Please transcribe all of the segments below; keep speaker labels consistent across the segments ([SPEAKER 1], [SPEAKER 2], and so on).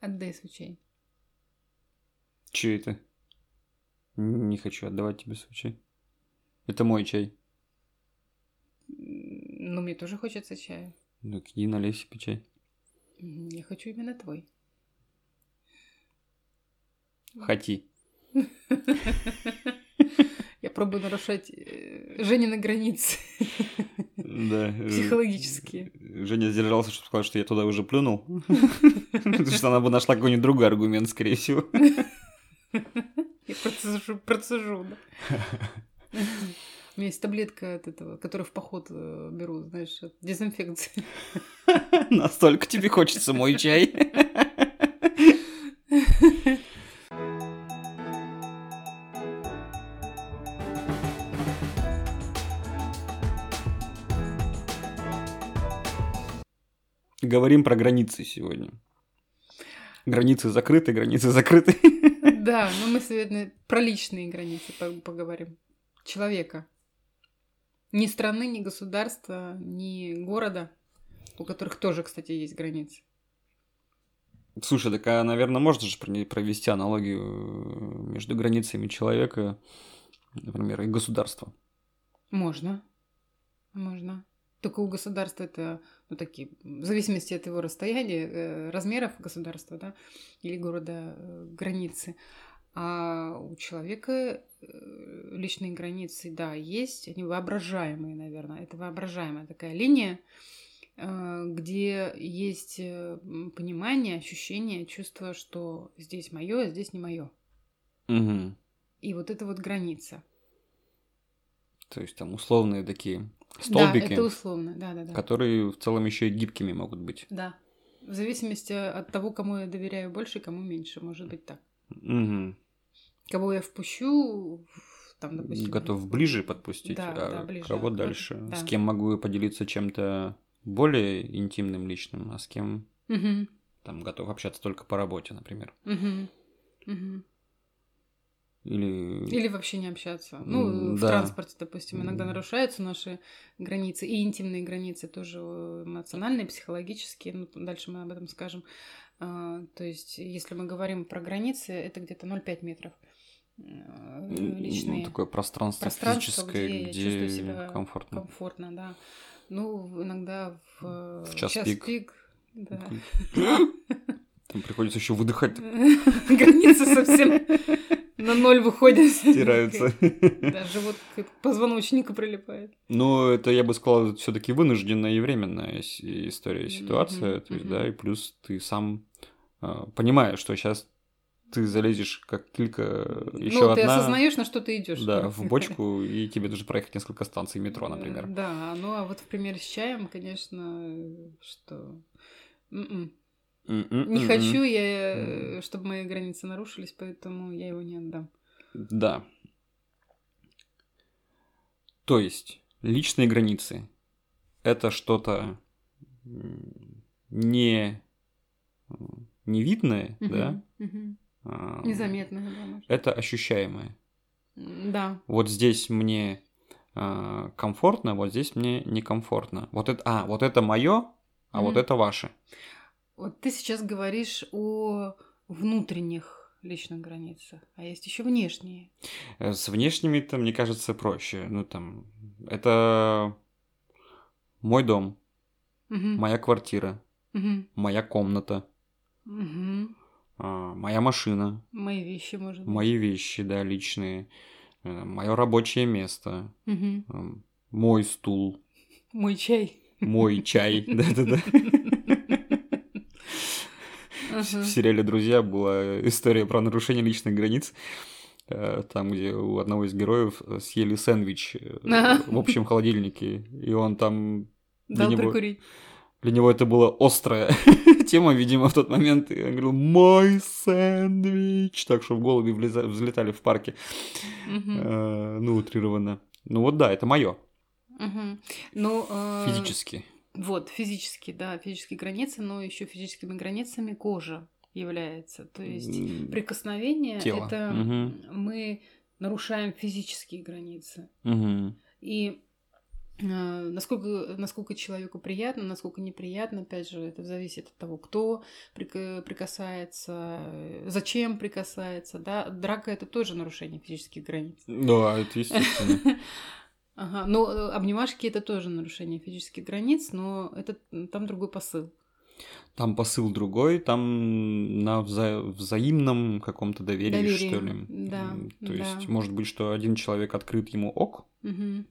[SPEAKER 1] Отдай свечей.
[SPEAKER 2] Чей это? Н- Не хочу отдавать тебе свой чай. Это мой чай.
[SPEAKER 1] Ну, мне тоже хочется чая.
[SPEAKER 2] Ну, так иди налей себе чай.
[SPEAKER 1] М, Я хочу именно твой.
[SPEAKER 2] Хоти.
[SPEAKER 1] Я пробую нарушать э, Женины границы.
[SPEAKER 2] Да.
[SPEAKER 1] Психологические.
[SPEAKER 2] Женя сдержался, чтобы сказать, что я туда уже плюнул. Потому что она бы нашла какой-нибудь другой аргумент, скорее всего.
[SPEAKER 1] Я процежу, процежу, да. У меня есть таблетка от этого, которую в поход э, беру, знаешь, от дезинфекции.
[SPEAKER 2] Настолько тебе хочется мой чай. Говорим про границы сегодня. Границы закрыты, границы закрыты.
[SPEAKER 1] Да, но мы сегодня про личные границы по- поговорим. Человека. Ни страны, ни государства, ни города, у которых тоже, кстати, есть границы.
[SPEAKER 2] Слушай, так, а, наверное, можно же проне- провести аналогию между границами человека, например, и государства.
[SPEAKER 1] Можно. Можно. Только у государства это, ну, такие, в зависимости от его расстояния, э, размеров государства, да, или города, э, границы. А у человека э, личные границы, да, есть, они воображаемые, наверное. Это воображаемая такая линия, э, где есть э, м, понимание, ощущение, чувство, что здесь мое, а здесь не мое.
[SPEAKER 2] Угу.
[SPEAKER 1] И вот это вот граница.
[SPEAKER 2] То есть там условные такие столбики,
[SPEAKER 1] Да, это условно, да-да-да.
[SPEAKER 2] которые в целом еще и гибкими могут быть.
[SPEAKER 1] Да. В зависимости от того, кому я доверяю больше, кому меньше, может быть так.
[SPEAKER 2] Угу.
[SPEAKER 1] Кого я впущу, в- там, допустим...
[SPEAKER 2] Готов ближе подпустить,
[SPEAKER 1] Да,
[SPEAKER 2] а
[SPEAKER 1] да, ближе,
[SPEAKER 2] кого
[SPEAKER 1] а,
[SPEAKER 2] дальше?
[SPEAKER 1] да.
[SPEAKER 2] С кем могу я поделиться чем-то более интимным, личным, а с кем
[SPEAKER 1] Мгм.
[SPEAKER 2] там готов общаться только по работе, например.
[SPEAKER 1] Мгм. Мгм.
[SPEAKER 2] Или...
[SPEAKER 1] Или вообще не общаться. Ну,
[SPEAKER 2] М,
[SPEAKER 1] в
[SPEAKER 2] да.
[SPEAKER 1] транспорте, допустим, иногда
[SPEAKER 2] М.
[SPEAKER 1] нарушаются наши границы, и интимные границы тоже эмоциональные, психологические. Ну, дальше мы об этом скажем. А, то есть, если мы говорим про границы, это где-то 0,5 метров э,
[SPEAKER 2] м, ну,
[SPEAKER 1] личные.
[SPEAKER 2] такое пространство,
[SPEAKER 1] пространство,
[SPEAKER 2] физическое,
[SPEAKER 1] где я
[SPEAKER 2] где,
[SPEAKER 1] чувствую себя
[SPEAKER 2] комфортно.
[SPEAKER 1] комфортно, да. Ну, иногда в, э,
[SPEAKER 2] В час пик.
[SPEAKER 1] да.
[SPEAKER 2] Там приходится еще выдыхать,
[SPEAKER 1] Границы совсем на ноль выходят.
[SPEAKER 2] стираются.
[SPEAKER 1] Да, живот к позвоночнику прилипает.
[SPEAKER 2] Но Ну, это, я бы сказал, все-таки вынужденная и временная с- история,
[SPEAKER 1] Мгм,
[SPEAKER 2] ситуация. То есть,
[SPEAKER 1] мгм.
[SPEAKER 2] да, и плюс ты сам а, понимаешь, что сейчас ты залезешь как килька еще
[SPEAKER 1] ну, ты
[SPEAKER 2] одна.
[SPEAKER 1] осознаешь, на что ты идешь.
[SPEAKER 2] Да, в бочку, и тебе даже проехать несколько станций метро, например.
[SPEAKER 1] Да, ну а вот в примере с чаем, конечно, э, что... М-м. Не
[SPEAKER 2] Не
[SPEAKER 1] хочу я, э,
[SPEAKER 2] М-м.
[SPEAKER 1] чтобы мои границы нарушились, поэтому я его не отдам.
[SPEAKER 2] Да. То есть, личные границы – это что-то м, не, м, невидное, да?
[SPEAKER 1] Мгм, мгм.
[SPEAKER 2] а,
[SPEAKER 1] Незаметно, да, может.
[SPEAKER 2] Это ощущаемое.
[SPEAKER 1] М, Да.
[SPEAKER 2] Вот здесь мне а, комфортно, вот здесь мне некомфортно. Вот это, а, вот это мое, а вот
[SPEAKER 1] Мгм.
[SPEAKER 2] это ваше.
[SPEAKER 1] Вот ты сейчас говоришь о внутренних личных границах, а есть еще внешние.
[SPEAKER 2] Э, С внешними-то, мне кажется, проще. Ну, там, это мой дом,
[SPEAKER 1] Мгм.
[SPEAKER 2] моя квартира,
[SPEAKER 1] Мгм.
[SPEAKER 2] моя комната,
[SPEAKER 1] Мгм.
[SPEAKER 2] а, моя машина,
[SPEAKER 1] Мои вещи, может быть.
[SPEAKER 2] мои вещи, да, личные, мое рабочее место,
[SPEAKER 1] Мгм.
[SPEAKER 2] м, мой стул,
[SPEAKER 1] Мой чай.
[SPEAKER 2] мой чай. Да-да-да. В
[SPEAKER 1] Ага.
[SPEAKER 2] сериале «Друзья» была история про нарушение личных границ. э, Там, где у одного из героев э, съели сэндвич э,
[SPEAKER 1] Ага.
[SPEAKER 2] в общем холодильнике. И он там...
[SPEAKER 1] Дал
[SPEAKER 2] для него-
[SPEAKER 1] прикурить.
[SPEAKER 2] Для него это была острая тема, видимо, в тот момент. И он говорил «Мой сэндвич!» Так что в голову взлетали в парке.
[SPEAKER 1] Мгм.
[SPEAKER 2] Э, Ну, утрированно. Ну вот да, это мое
[SPEAKER 1] Мгм. Ну, э,
[SPEAKER 2] физически.
[SPEAKER 1] Вот, физически, да, физические границы, но еще физическими границами кожа является. То есть
[SPEAKER 2] М,
[SPEAKER 1] прикосновение
[SPEAKER 2] Тело.
[SPEAKER 1] это
[SPEAKER 2] Мгм.
[SPEAKER 1] мы нарушаем физические границы.
[SPEAKER 2] мгм.
[SPEAKER 1] И э, Насколько, насколько человеку приятно, насколько неприятно, опять же, это зависит от того, кто прикасается, э, зачем прикасается, да. Драка это тоже нарушение физических границ.
[SPEAKER 2] Да, это естественно.
[SPEAKER 1] Ага, но э, обнимашки это тоже нарушение физических границ, но это там другой посыл.
[SPEAKER 2] Там посыл другой, там на вза взаимном каком-то доверии,
[SPEAKER 1] Доверие,
[SPEAKER 2] что ли.
[SPEAKER 1] да,
[SPEAKER 2] М, То
[SPEAKER 1] да.
[SPEAKER 2] есть, может быть, что один человек открыт ему ок,
[SPEAKER 1] Угу.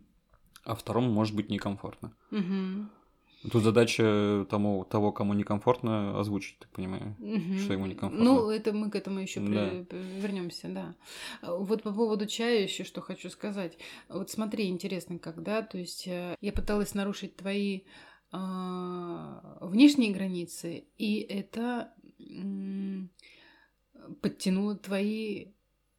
[SPEAKER 2] а второму может быть некомфортно.
[SPEAKER 1] Угу.
[SPEAKER 2] Тут задача тому, того, кому некомфортно, озвучить, так понимаю.
[SPEAKER 1] Мгм.
[SPEAKER 2] что ему некомфортно.
[SPEAKER 1] Ну, это мы к этому еще
[SPEAKER 2] Да.
[SPEAKER 1] вернемся, да. А, Вот по поводу чая еще что хочу сказать. Вот смотри, интересно, как, да, то есть э, я пыталась нарушить твои а, внешние границы, и это м, подтянуло твои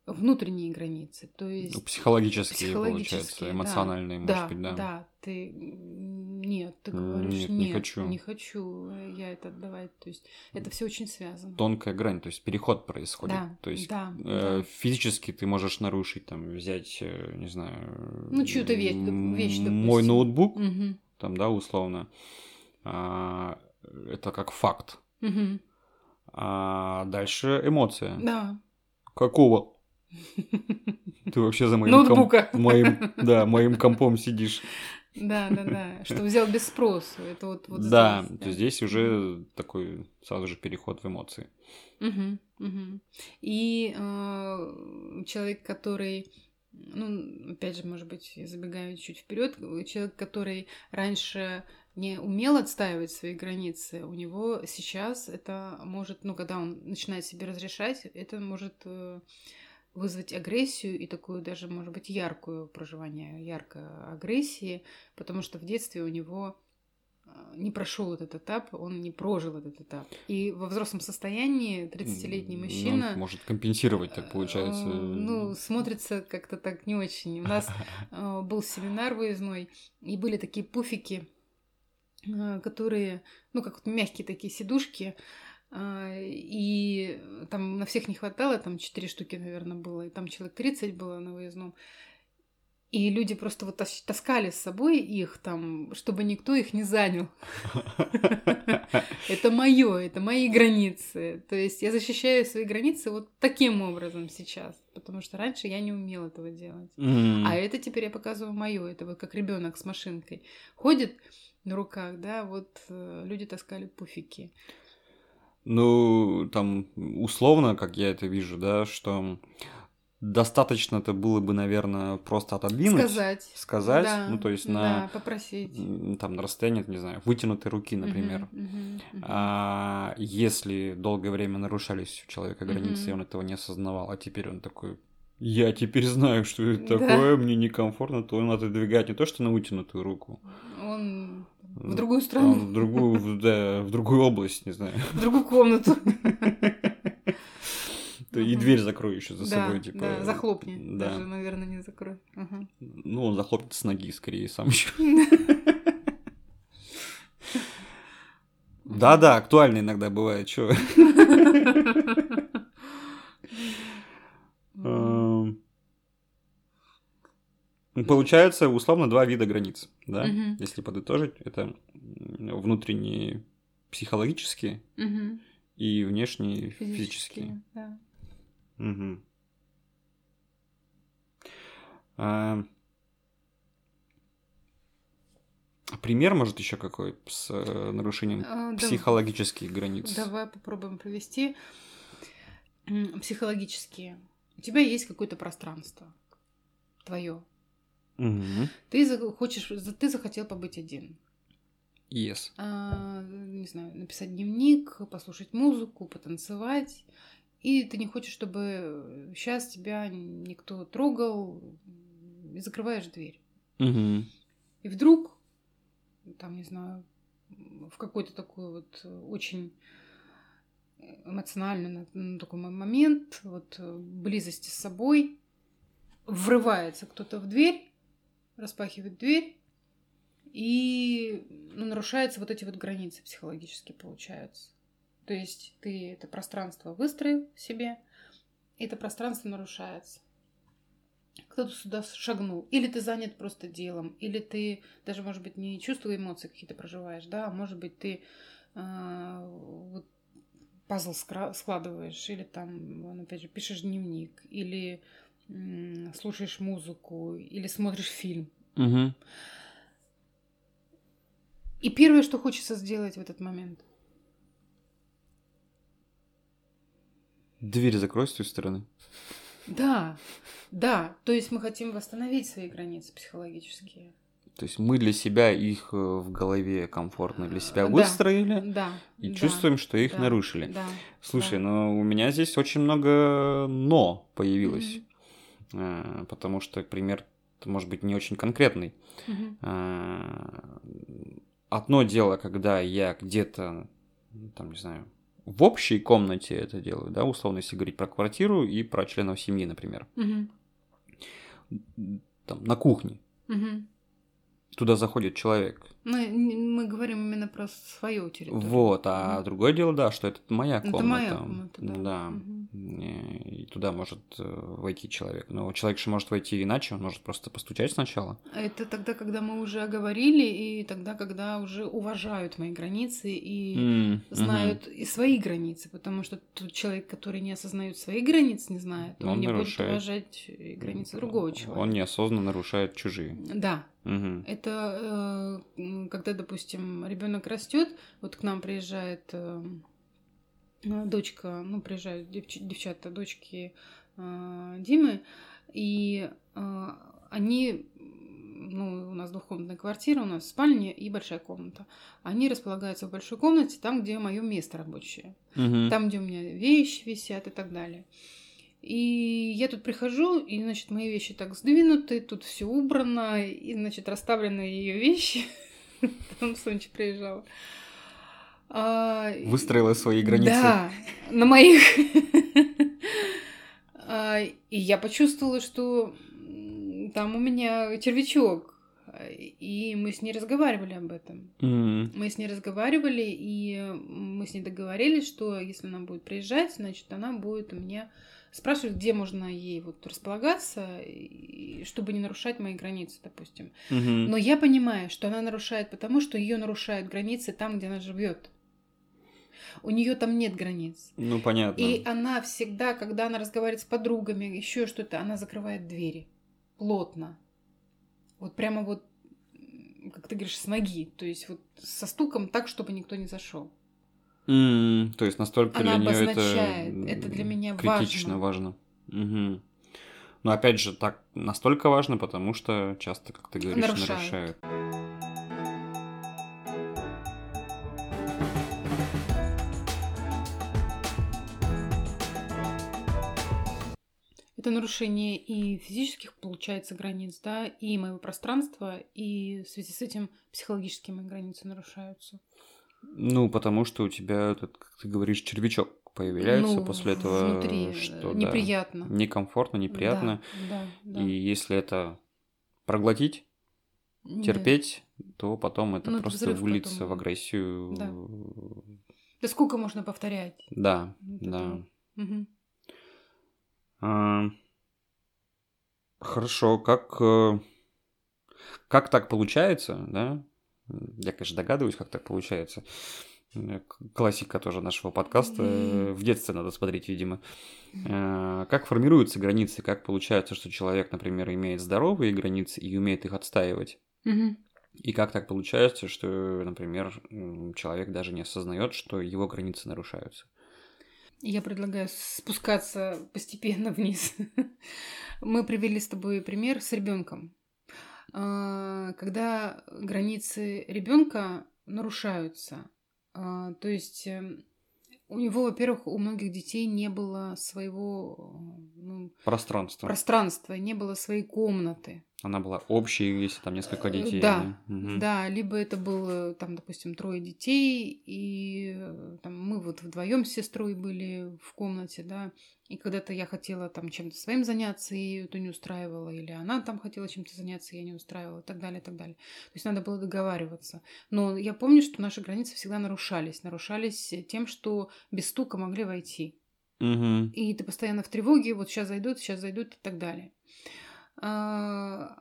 [SPEAKER 1] внутренние границы. То есть
[SPEAKER 2] Ну, Психологические,
[SPEAKER 1] психологические,
[SPEAKER 2] получается,
[SPEAKER 1] да.
[SPEAKER 2] эмоциональные,
[SPEAKER 1] да,
[SPEAKER 2] может быть, да.
[SPEAKER 1] да, ты м, нет, ты
[SPEAKER 2] М,
[SPEAKER 1] говоришь
[SPEAKER 2] нет,
[SPEAKER 1] нет,
[SPEAKER 2] не хочу».
[SPEAKER 1] не хочу, э, я это отдавать, то есть это все очень связано.
[SPEAKER 2] Тонкая грань, то есть переход происходит.
[SPEAKER 1] Да,
[SPEAKER 2] то есть
[SPEAKER 1] да,
[SPEAKER 2] э,
[SPEAKER 1] да.
[SPEAKER 2] физически ты можешь нарушить, там, взять, э, не знаю...
[SPEAKER 1] Ну, чью-то вещь,
[SPEAKER 2] м,
[SPEAKER 1] вещь, допустим.
[SPEAKER 2] Мой ноутбук,
[SPEAKER 1] Мгм,
[SPEAKER 2] там, да, условно, а, это как факт.
[SPEAKER 1] мгм.
[SPEAKER 2] А дальше эмоция.
[SPEAKER 1] Да.
[SPEAKER 2] Какого? Ты вообще за моим комп-
[SPEAKER 1] Ноутбука.
[SPEAKER 2] моим, да, моим компом сидишь.
[SPEAKER 1] Да, да, да. Что взял без спроса. Это вот, вот
[SPEAKER 2] да,
[SPEAKER 1] здесь,
[SPEAKER 2] то есть здесь уже такой сразу же переход в эмоции.
[SPEAKER 1] Мгм, мгм. И э, человек, который, ну, опять же, может быть, я забегаю чуть вперед, человек, который раньше не умел отстаивать свои границы, у него сейчас это может, ну, когда он начинает себе разрешать, это может э, вызвать агрессию и такую даже, может быть, яркую проживание, яркой агрессии, потому что в детстве у него э, не прошел этот этап, он не прожил этот этап. И во взрослом состоянии 30-летний
[SPEAKER 2] Ну,
[SPEAKER 1] мужчина...
[SPEAKER 2] может компенсировать, так
[SPEAKER 1] э,
[SPEAKER 2] получается.
[SPEAKER 1] Ну, смотрится как-то так не очень. У нас э, был семинар выездной, и были такие пуфики, э, которые, ну, как вот мягкие такие сидушки, а, и там на всех не хватало, там четыре штуки, наверное, было, и там человек 30 было на выездном. И люди просто вот тас- таскали с собой их там, чтобы никто их не занял. Это мое, это мои границы. То есть я защищаю свои границы вот таким образом сейчас, потому что раньше я не умела этого делать.
[SPEAKER 2] М,
[SPEAKER 1] А это теперь я показываю мое. Это вот как ребенок с машинкой ходит на руках, да, вот э, люди таскали пуфики.
[SPEAKER 2] Ну, там, условно, как я это вижу, да, что достаточно-то было бы, наверное, просто отодвинуть.
[SPEAKER 1] Сказать.
[SPEAKER 2] сказать,
[SPEAKER 1] Да,
[SPEAKER 2] ну, то есть на,
[SPEAKER 1] да, попросить.
[SPEAKER 2] м, там, на расстоянии, не знаю, вытянутой руки, например.
[SPEAKER 1] Мгм, мгм, мгм.
[SPEAKER 2] А если долгое время нарушались у человека границы, и
[SPEAKER 1] Мгм.
[SPEAKER 2] он этого не осознавал, а теперь он такой, я теперь знаю, что это
[SPEAKER 1] Да.
[SPEAKER 2] такое, мне некомфортно, то надо двигать не то, что на вытянутую руку,
[SPEAKER 1] Он в
[SPEAKER 2] м,
[SPEAKER 1] другую
[SPEAKER 2] а
[SPEAKER 1] страну,
[SPEAKER 2] в другую, в- да, в другую область, не знаю.
[SPEAKER 1] в другую комнату.
[SPEAKER 2] То И
[SPEAKER 1] Мгм.
[SPEAKER 2] дверь закрою еще за
[SPEAKER 1] Да,
[SPEAKER 2] собой, типа.
[SPEAKER 1] да, захлопни.
[SPEAKER 2] Да.
[SPEAKER 1] Даже, наверное, не закрой. Ага.
[SPEAKER 2] Ну, он захлопнет с ноги скорее сам еще. Да-да, актуально иногда бывает, чё. Эм, ну, Получается, условно, два вида границ, да?
[SPEAKER 1] Мгм.
[SPEAKER 2] Если подытожить, это м, внутренние психологические
[SPEAKER 1] Мгм.
[SPEAKER 2] и внешние физические.
[SPEAKER 1] Физические, да.
[SPEAKER 2] Мгм. А, Пример, может, еще какой с э, нарушением
[SPEAKER 1] А, да.
[SPEAKER 2] психологических границ?
[SPEAKER 1] Давай попробуем провести М, психологические. У тебя есть какое-то пространство твое.
[SPEAKER 2] Мгм.
[SPEAKER 1] Ты за- хочешь, за- ты захотел побыть один.
[SPEAKER 2] Yes.
[SPEAKER 1] А, не знаю, написать дневник, послушать музыку, потанцевать. И ты не хочешь, чтобы сейчас тебя никто трогал, и закрываешь дверь.
[SPEAKER 2] Мгм.
[SPEAKER 1] И вдруг, там, не знаю, в какой-то такой вот э, очень эмоциональный на- ну, такой мо- момент, вот э, близости с собой, врывается кто-то в дверь, распахивает дверь, и ну, нарушаются вот эти вот границы психологически получаются. То есть ты это пространство выстроил себе, и это пространство нарушается. кто-то сюда шагнул. Или ты занят просто делом, или ты даже, может быть, не чувства эмоций какие-то проживаешь, да, а может быть, ты э, вот, пазл скра- складываешь, или там, вон, опять же, пишешь дневник, или м, слушаешь музыку, или смотришь фильм.
[SPEAKER 2] Угу.
[SPEAKER 1] И первое, что хочется сделать в этот момент.
[SPEAKER 2] Дверь закрой с той стороны.
[SPEAKER 1] Да, да, то есть мы хотим восстановить свои границы психологические.
[SPEAKER 2] То есть мы для себя их э, в голове комфортно для себя
[SPEAKER 1] Э, Да.
[SPEAKER 2] выстроили
[SPEAKER 1] Да.
[SPEAKER 2] и
[SPEAKER 1] да,
[SPEAKER 2] чувствуем, что их
[SPEAKER 1] да,
[SPEAKER 2] нарушили.
[SPEAKER 1] Да.
[SPEAKER 2] Слушай,
[SPEAKER 1] да.
[SPEAKER 2] ну у меня здесь очень много но появилось.
[SPEAKER 1] Мгм,
[SPEAKER 2] Э, Потому что пример, может быть, не очень конкретный.
[SPEAKER 1] мгм.
[SPEAKER 2] А, Одно дело, когда я где-то, ну, там, не знаю, в общей комнате это делаю, да, условно, если говорить про квартиру и про членов семьи, например,
[SPEAKER 1] Мгм,
[SPEAKER 2] там, на кухне,
[SPEAKER 1] мгм.
[SPEAKER 2] туда заходит человек.
[SPEAKER 1] Мы, мы говорим именно про свою территорию.
[SPEAKER 2] Вот, а
[SPEAKER 1] Мгм.
[SPEAKER 2] другое дело, да, что это моя
[SPEAKER 1] Это
[SPEAKER 2] комната.
[SPEAKER 1] моя комната, да. Мгм.
[SPEAKER 2] Э, И туда может э, войти человек. Но человек же может войти иначе, он может просто постучать сначала.
[SPEAKER 1] Это тогда, когда мы уже оговорили, и тогда, когда уже уважают мои границы и
[SPEAKER 2] М,
[SPEAKER 1] знают и свои границы, потому что тот человек, который не осознает свои границы, не знает, он,
[SPEAKER 2] Он
[SPEAKER 1] не
[SPEAKER 2] нарушает.
[SPEAKER 1] будет уважать и
[SPEAKER 2] мгм.
[SPEAKER 1] границы другого
[SPEAKER 2] Он
[SPEAKER 1] человека. Э,
[SPEAKER 2] неосознанно нарушает чужие.
[SPEAKER 1] Да,
[SPEAKER 2] Мгм.
[SPEAKER 1] Это э, м, когда, допустим, ребенок растет, вот к нам приезжает э, э, дочка, ну, приезжают девч- девчата, дочки э, Димы, и э, они, м, ну, у нас двухкомнатная квартира, у нас спальня и большая комната. Они располагаются в большой комнате, там, где мое место рабочее
[SPEAKER 2] Мгм.
[SPEAKER 1] там, где у меня вещи висят и так далее. И я тут прихожу, и, значит, мои вещи так сдвинуты, тут все убрано, и, значит, расставлены ее вещи. Там Сонча приезжала. А, и-
[SPEAKER 2] Выстроила свои границы.
[SPEAKER 1] Да, на моих. А, И я почувствовала, что м, там у меня червячок. И мы с ней разговаривали об этом.
[SPEAKER 2] М,
[SPEAKER 1] Мы с ней разговаривали, и мы с ней договорились, что если она будет приезжать, значит, она будет у меня спрашивать, где можно ей вот располагаться, и- чтобы не нарушать мои границы, допустим.
[SPEAKER 2] мгм.
[SPEAKER 1] Но я понимаю, что она нарушает, потому что ее нарушают границы там, где она живет. У нее там нет границ.
[SPEAKER 2] Ну, понятно.
[SPEAKER 1] И она всегда, когда она разговаривает с подругами, еще что-то, она закрывает двери плотно. Вот прямо вот, м, как ты говоришь, с ноги. То есть вот со стуком так, чтобы никто не зашел.
[SPEAKER 2] М, То есть настолько
[SPEAKER 1] Она
[SPEAKER 2] для нее
[SPEAKER 1] обозначает.
[SPEAKER 2] это...
[SPEAKER 1] Это для меня
[SPEAKER 2] критично важно. Мгм. Но опять же, так настолько важно, потому что часто, как ты говоришь,
[SPEAKER 1] Нарушают.
[SPEAKER 2] нарушают.
[SPEAKER 1] Это нарушение и физических, получается, границ, да, и моего пространства, и в связи с этим психологические мои границы нарушаются.
[SPEAKER 2] Ну, потому что у тебя, этот, как ты говоришь, червячок появляется
[SPEAKER 1] Ну,
[SPEAKER 2] после этого,
[SPEAKER 1] внутри э,
[SPEAKER 2] что да,
[SPEAKER 1] неприятно.
[SPEAKER 2] некомфортно, неприятно.
[SPEAKER 1] Да, да, да.
[SPEAKER 2] И если это проглотить,
[SPEAKER 1] Нет.
[SPEAKER 2] терпеть, то потом это
[SPEAKER 1] Ну, это
[SPEAKER 2] просто
[SPEAKER 1] взрыв
[SPEAKER 2] выльется
[SPEAKER 1] потом.
[SPEAKER 2] в агрессию.
[SPEAKER 1] Да. Да сколько можно повторять?
[SPEAKER 2] Да,
[SPEAKER 1] Вот
[SPEAKER 2] да.
[SPEAKER 1] этого. Мгм.
[SPEAKER 2] А, Хорошо, как, э, как так получается, да? Я, конечно, догадываюсь, как так получается. Э, к- Классика тоже нашего подкаста. э, В детстве надо смотреть, видимо. Э, Как формируются границы? Как получается, что человек, например, имеет здоровые границы и умеет их отстаивать?
[SPEAKER 1] Мгм.
[SPEAKER 2] И как так получается, что, например, м, человек даже не осознает, что его границы нарушаются?
[SPEAKER 1] Я предлагаю спускаться постепенно вниз. Мы привели с тобой пример с ребенком. А, Когда границы ребенка нарушаются, а, то есть эм, у него, во-первых, у многих детей не было своего э, ну,
[SPEAKER 2] Пространство.
[SPEAKER 1] пространства, не было своей комнаты.
[SPEAKER 2] Она была общей, если там несколько
[SPEAKER 1] Э,
[SPEAKER 2] детей.
[SPEAKER 1] да,
[SPEAKER 2] Мгм.
[SPEAKER 1] Да, либо это было там, допустим, трое детей, и э, там, мы вот вдвоем с сестрой были в комнате, да, и когда-то я хотела там чем-то своим заняться, и её это не устраивало, или она там хотела чем-то заняться, и я не устраивала, и так далее, и так далее. То есть надо было договариваться. Но я помню, что наши границы всегда нарушались, нарушались тем, что без стука могли войти.
[SPEAKER 2] Мгм.
[SPEAKER 1] И ты постоянно в тревоге, вот сейчас зайдут, сейчас зайдут и так далее. а,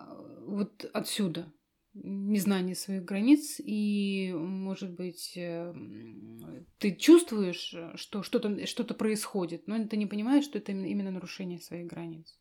[SPEAKER 1] вот отсюда незнание своих границ и, может быть, э, ты чувствуешь, э, что что-то что происходит, но ты не понимаешь, что это именно- именно нарушение своих границ.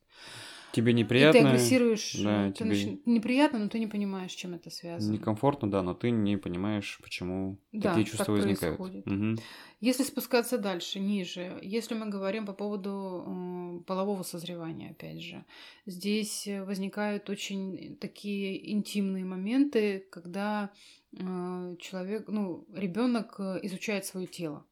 [SPEAKER 2] Тебе
[SPEAKER 1] И ты
[SPEAKER 2] неприятно,
[SPEAKER 1] агрессируешь,
[SPEAKER 2] да,
[SPEAKER 1] э, ты
[SPEAKER 2] тебе-
[SPEAKER 1] нач- неприятно, но ты не понимаешь, с чем это связано.
[SPEAKER 2] некомфортно, да, но ты не понимаешь, почему
[SPEAKER 1] Да,
[SPEAKER 2] такие
[SPEAKER 1] так
[SPEAKER 2] чувства возникают.
[SPEAKER 1] происходит.
[SPEAKER 2] Мгм.
[SPEAKER 1] Если спускаться дальше, ниже, если мы говорим по поводу э, полового созревания, опять же, здесь э, возникают очень такие интимные моменты, когда э, человек, ну, ребенок э, изучает свое тело.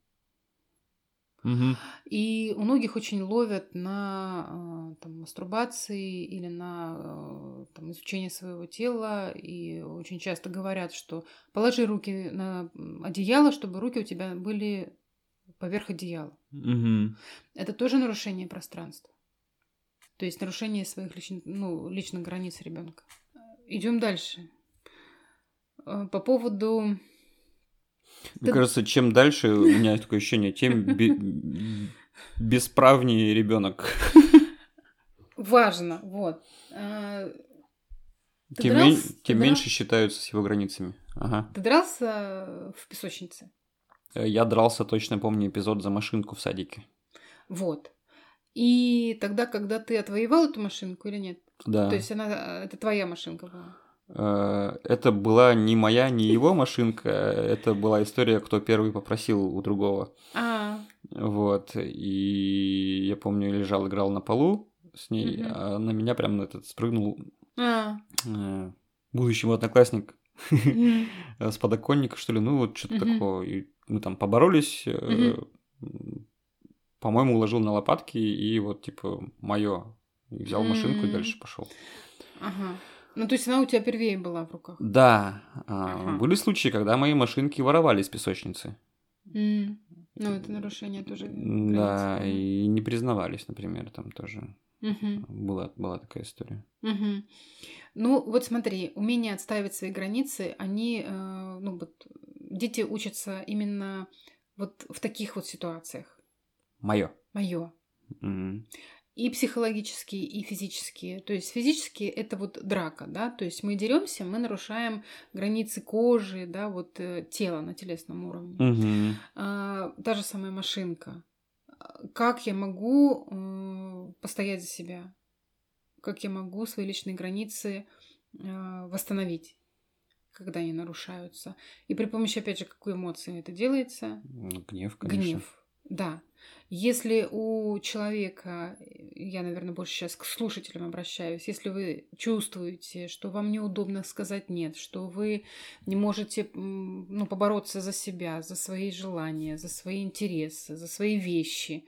[SPEAKER 2] Мгм.
[SPEAKER 1] И у многих очень ловят на э, там, мастурбации или на э, там, изучение своего тела. И очень часто говорят, что положи руки на м, одеяло, чтобы руки у тебя были поверх одеяла.
[SPEAKER 2] Мгм.
[SPEAKER 1] Это тоже нарушение пространства. То есть нарушение своих личн- ну, личных границ ребенка. Идем дальше. Э, По поводу...
[SPEAKER 2] Мне
[SPEAKER 1] Ты-
[SPEAKER 2] кажется, чем дальше, у меня такое ощущение, тем бе- бесправнее ребенок.
[SPEAKER 1] Важно, вот. Э, Ты
[SPEAKER 2] Тем,
[SPEAKER 1] дрался?
[SPEAKER 2] мен-
[SPEAKER 1] Ты
[SPEAKER 2] тем
[SPEAKER 1] дрался?
[SPEAKER 2] меньше считаются с его границами. Ага.
[SPEAKER 1] Ты дрался в песочнице?
[SPEAKER 2] Э, Я дрался, точно помню, эпизод за машинку в садике.
[SPEAKER 1] Вот. И тогда, когда ты отвоевал эту машинку или нет?
[SPEAKER 2] Да.
[SPEAKER 1] То есть она, э, это твоя машинка была.
[SPEAKER 2] Э, Это была не моя, не его машинка. а Это была история, кто первый попросил у другого.
[SPEAKER 1] А,
[SPEAKER 2] Вот. И я помню, лежал, играл на полу с ней,
[SPEAKER 1] Мгм.
[SPEAKER 2] а на меня прям этот спрыгнул
[SPEAKER 1] а.
[SPEAKER 2] э, будущий мой одноклассник
[SPEAKER 1] М.
[SPEAKER 2] э, с подоконника, что ли, ну вот что-то
[SPEAKER 1] Мгм.
[SPEAKER 2] такого. И мы там поборолись, э,
[SPEAKER 1] Мгм.
[SPEAKER 2] м, по-моему, уложил на лопатки и вот типа мое. И взял машинку и
[SPEAKER 1] М.
[SPEAKER 2] дальше пошел.
[SPEAKER 1] Ага. Ну, то есть она у тебя первее была в руках.
[SPEAKER 2] Да, а,
[SPEAKER 1] Ага.
[SPEAKER 2] были случаи, когда мои машинки воровали из песочницы.
[SPEAKER 1] М. Ну, это нарушение тоже.
[SPEAKER 2] М, Да,
[SPEAKER 1] границ.
[SPEAKER 2] и не признавались, например, там тоже
[SPEAKER 1] Мгм.
[SPEAKER 2] была, была такая история.
[SPEAKER 1] Мгм. Ну, вот смотри, умение отстаивать свои границы, они, э, ну, вот, дети учатся именно вот в таких вот ситуациях.
[SPEAKER 2] Мое.
[SPEAKER 1] Мое. и психологические, и физические. То есть физические это вот драка, да, то есть мы деремся, мы нарушаем границы кожи, да, вот э, тела на телесном уровне. А, та же самая машинка. А, Как я могу э, постоять за себя? Как я могу свои личные границы э, восстановить, когда они нарушаются? И при помощи, опять же, какой эмоции это делается?
[SPEAKER 2] Гнев, конечно.
[SPEAKER 1] Гнев. Да. Если у человека, я, наверное, больше сейчас к слушателям обращаюсь, если вы чувствуете, что вам неудобно сказать нет, что вы не можете м, ну, побороться за себя, за свои желания, за свои интересы, за свои вещи,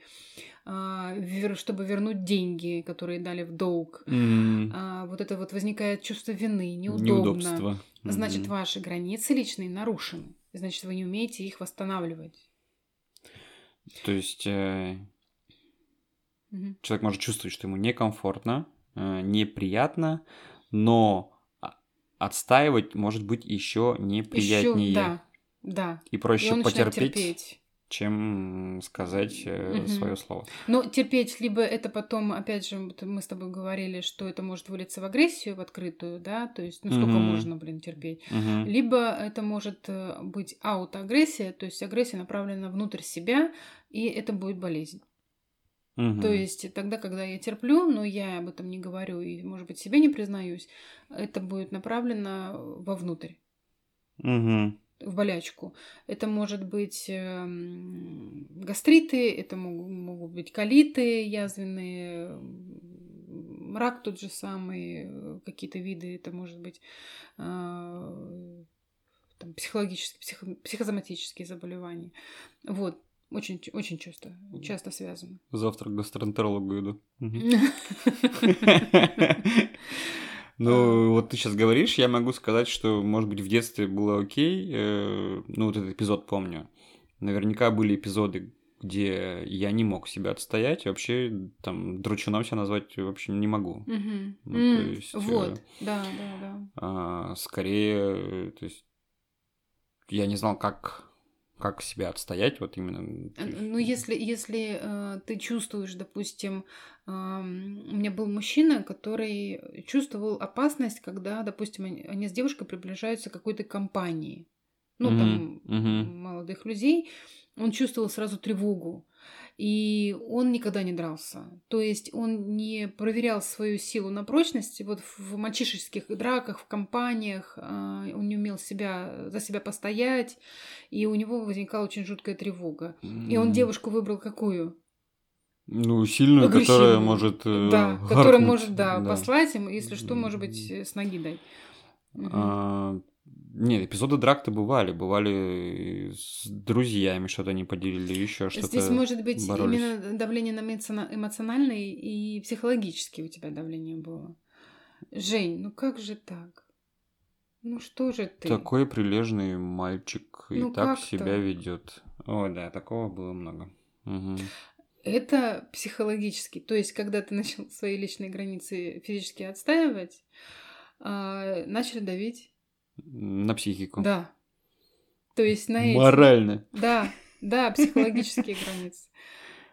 [SPEAKER 1] а, вер- чтобы вернуть деньги, которые дали в долг,
[SPEAKER 2] М,
[SPEAKER 1] а, вот это вот возникает чувство вины, неудобно.
[SPEAKER 2] Неудобство.
[SPEAKER 1] Значит,
[SPEAKER 2] Мгм.
[SPEAKER 1] ваши границы личные нарушены. Значит, вы не умеете их восстанавливать.
[SPEAKER 2] То есть э,
[SPEAKER 1] Мгм.
[SPEAKER 2] человек может чувствовать, что ему некомфортно, э, неприятно, но а- отстаивать может быть еще
[SPEAKER 1] Ещё-
[SPEAKER 2] неприятнее
[SPEAKER 1] да, да.
[SPEAKER 2] и
[SPEAKER 1] И
[SPEAKER 2] проще
[SPEAKER 1] он начинает
[SPEAKER 2] потерпеть,
[SPEAKER 1] терпеть.
[SPEAKER 2] чем сказать
[SPEAKER 1] Мгм.
[SPEAKER 2] свое слово.
[SPEAKER 1] Но терпеть либо это потом, опять же, вот мы с тобой говорили, что это может вылиться в агрессию, в открытую, да, то есть, ну сколько
[SPEAKER 2] Мгм.
[SPEAKER 1] можно, блин, терпеть.
[SPEAKER 2] Мгм.
[SPEAKER 1] Либо это может э, быть аутоагрессия, то есть агрессия направлена внутрь себя, и это будет болезнь.
[SPEAKER 2] Мгм.
[SPEAKER 1] То есть тогда, когда я терплю, но я об этом не говорю и, может быть, себе не признаюсь, это будет направлено вовнутрь.
[SPEAKER 2] Мгм.
[SPEAKER 1] в болячку. Это может быть эм, гастриты, это могу- могут быть колиты язвенные, м, рак тот же самый, э, какие-то виды, это может быть э, там, психологические, психо- психосоматические заболевания. Вот, очень, ч- очень часто, часто связано.
[SPEAKER 2] Завтра к гастроэнтерологу иду. Мгм.
[SPEAKER 1] А.
[SPEAKER 2] Ну, вот ты сейчас говоришь, я могу сказать, что, может быть, в детстве было окей. э, Ну, вот этот эпизод помню. Наверняка были эпизоды, где я не мог себя отстоять. и Вообще, там, дручуном себя назвать вообще не могу.
[SPEAKER 1] Мгм.
[SPEAKER 2] Ну, то
[SPEAKER 1] М,
[SPEAKER 2] есть, э,
[SPEAKER 1] Вот, да, да, да.
[SPEAKER 2] А, Скорее, э, то есть, я не знал, как как себя отстоять, вот именно.
[SPEAKER 1] Ну, если, если э, ты чувствуешь, допустим, э, у меня был мужчина, который чувствовал опасность, когда, допустим, они, они с девушкой приближаются к какой-то компании, ну,
[SPEAKER 2] Мгм,
[SPEAKER 1] там,
[SPEAKER 2] мгм.
[SPEAKER 1] молодых людей, он чувствовал сразу тревогу. И он никогда не дрался. То есть он не проверял свою силу на прочность. И Вот в мальчишеских драках, в компаниях а, он не умел себя, за себя постоять. И у него возникала очень жуткая тревога. И он девушку выбрал какую?
[SPEAKER 2] Ну, сильную, которая
[SPEAKER 1] агрессивную.
[SPEAKER 2] может... э,
[SPEAKER 1] да, которая
[SPEAKER 2] гаркнуть,
[SPEAKER 1] может, да, послать им, если что, может быть, э,
[SPEAKER 2] Мгм.
[SPEAKER 1] с ноги дать. Мгм.
[SPEAKER 2] А, Нет, эпизоды дракта бывали. Бывали с друзьями что-то не поделили, еще что-то.
[SPEAKER 1] Здесь может быть
[SPEAKER 2] боролись.
[SPEAKER 1] именно давление на эмоциона- эмоциональное и психологическое у тебя давление было. Жень, ну как же так? Ну что же ты?
[SPEAKER 2] Такой прилежный мальчик и
[SPEAKER 1] Ну,
[SPEAKER 2] так
[SPEAKER 1] как-то.
[SPEAKER 2] себя ведет. О, да, такого было много. Мгм.
[SPEAKER 1] Это психологически. То есть, когда ты начал свои личные границы физически отстаивать, а, начали давить.
[SPEAKER 2] На психику.
[SPEAKER 1] Да. То есть на эти.
[SPEAKER 2] Морально.
[SPEAKER 1] Да, да, психологические границы.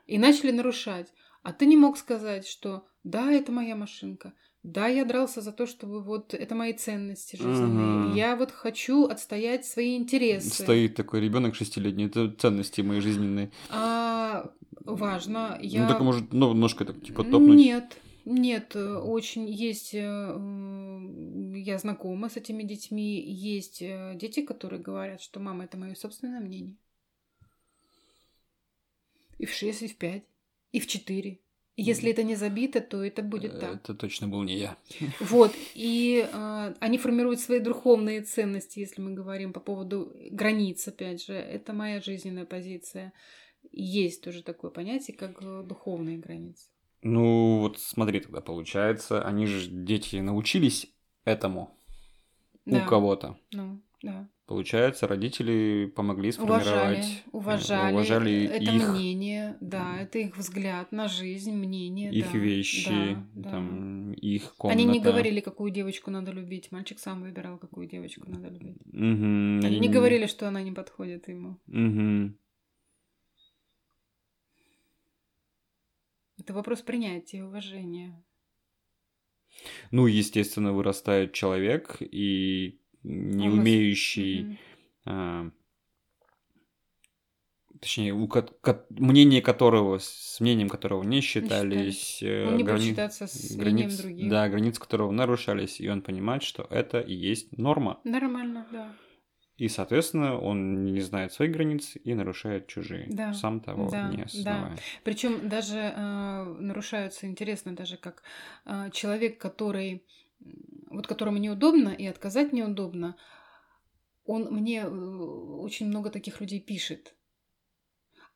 [SPEAKER 1] И начали нарушать. А ты не мог сказать, что да, это моя машинка, да, я дрался за то, чтобы вот это мои ценности жизненные.
[SPEAKER 2] Мгм.
[SPEAKER 1] Я вот хочу отстоять свои интересы.
[SPEAKER 2] Стоит такой ребенок шестилетний, это ценности мои жизненные.
[SPEAKER 1] А, важно, я...
[SPEAKER 2] Ну так может, ну, ножкой так типа топнуть.
[SPEAKER 1] Нет, нет, э, очень есть, э, м, я знакома с этими детьми, есть э, дети, которые говорят, что мама это мое собственное мнение. И в 6, и в 5, и в 4. Если это не забито, то это будет так.
[SPEAKER 2] Это точно был не я.
[SPEAKER 1] Вот, и э, они формируют свои духовные ценности, если мы говорим по поводу границ, опять же. Это моя жизненная позиция. Есть тоже такое понятие, как э, духовные границы.
[SPEAKER 2] Ну вот смотри тогда получается, они же дети научились этому
[SPEAKER 1] Да.
[SPEAKER 2] у кого-то.
[SPEAKER 1] Ну, да.
[SPEAKER 2] Получается, родители помогли
[SPEAKER 1] Уважали,
[SPEAKER 2] сформировать, э,
[SPEAKER 1] уважали,
[SPEAKER 2] уважали
[SPEAKER 1] это
[SPEAKER 2] их,
[SPEAKER 1] мнение, да,
[SPEAKER 2] Мгм.
[SPEAKER 1] это их взгляд на жизнь, мнение,
[SPEAKER 2] их
[SPEAKER 1] да,
[SPEAKER 2] вещи,
[SPEAKER 1] да, да.
[SPEAKER 2] там их комната.
[SPEAKER 1] Они не говорили, какую девочку надо любить, мальчик сам выбирал, какую девочку надо любить.
[SPEAKER 2] Мгм,
[SPEAKER 1] Они
[SPEAKER 2] они
[SPEAKER 1] не говорили, что она не подходит ему.
[SPEAKER 2] Мгм.
[SPEAKER 1] Это вопрос принятия, и уважения.
[SPEAKER 2] Ну естественно вырастает человек и не
[SPEAKER 1] У нас-
[SPEAKER 2] умеющий
[SPEAKER 1] Мгм.
[SPEAKER 2] а, точнее, у ко- ко- мнение которого, с мнением которого не считались, э,
[SPEAKER 1] Он Ну, не будет
[SPEAKER 2] грани-
[SPEAKER 1] считаться с мнением
[SPEAKER 2] границ,
[SPEAKER 1] других.
[SPEAKER 2] да, границы которого нарушались, и он понимает, что это и есть норма.
[SPEAKER 1] Нормально, да.
[SPEAKER 2] И, соответственно, он не знает своих границ и нарушает чужие,
[SPEAKER 1] Да,
[SPEAKER 2] сам того
[SPEAKER 1] да,
[SPEAKER 2] не
[SPEAKER 1] да.
[SPEAKER 2] осознавая.
[SPEAKER 1] Причем даже э, нарушаются, интересно, даже как э, человек, который, м, вот которому неудобно и отказать неудобно, он мне э, очень много таких людей пишет.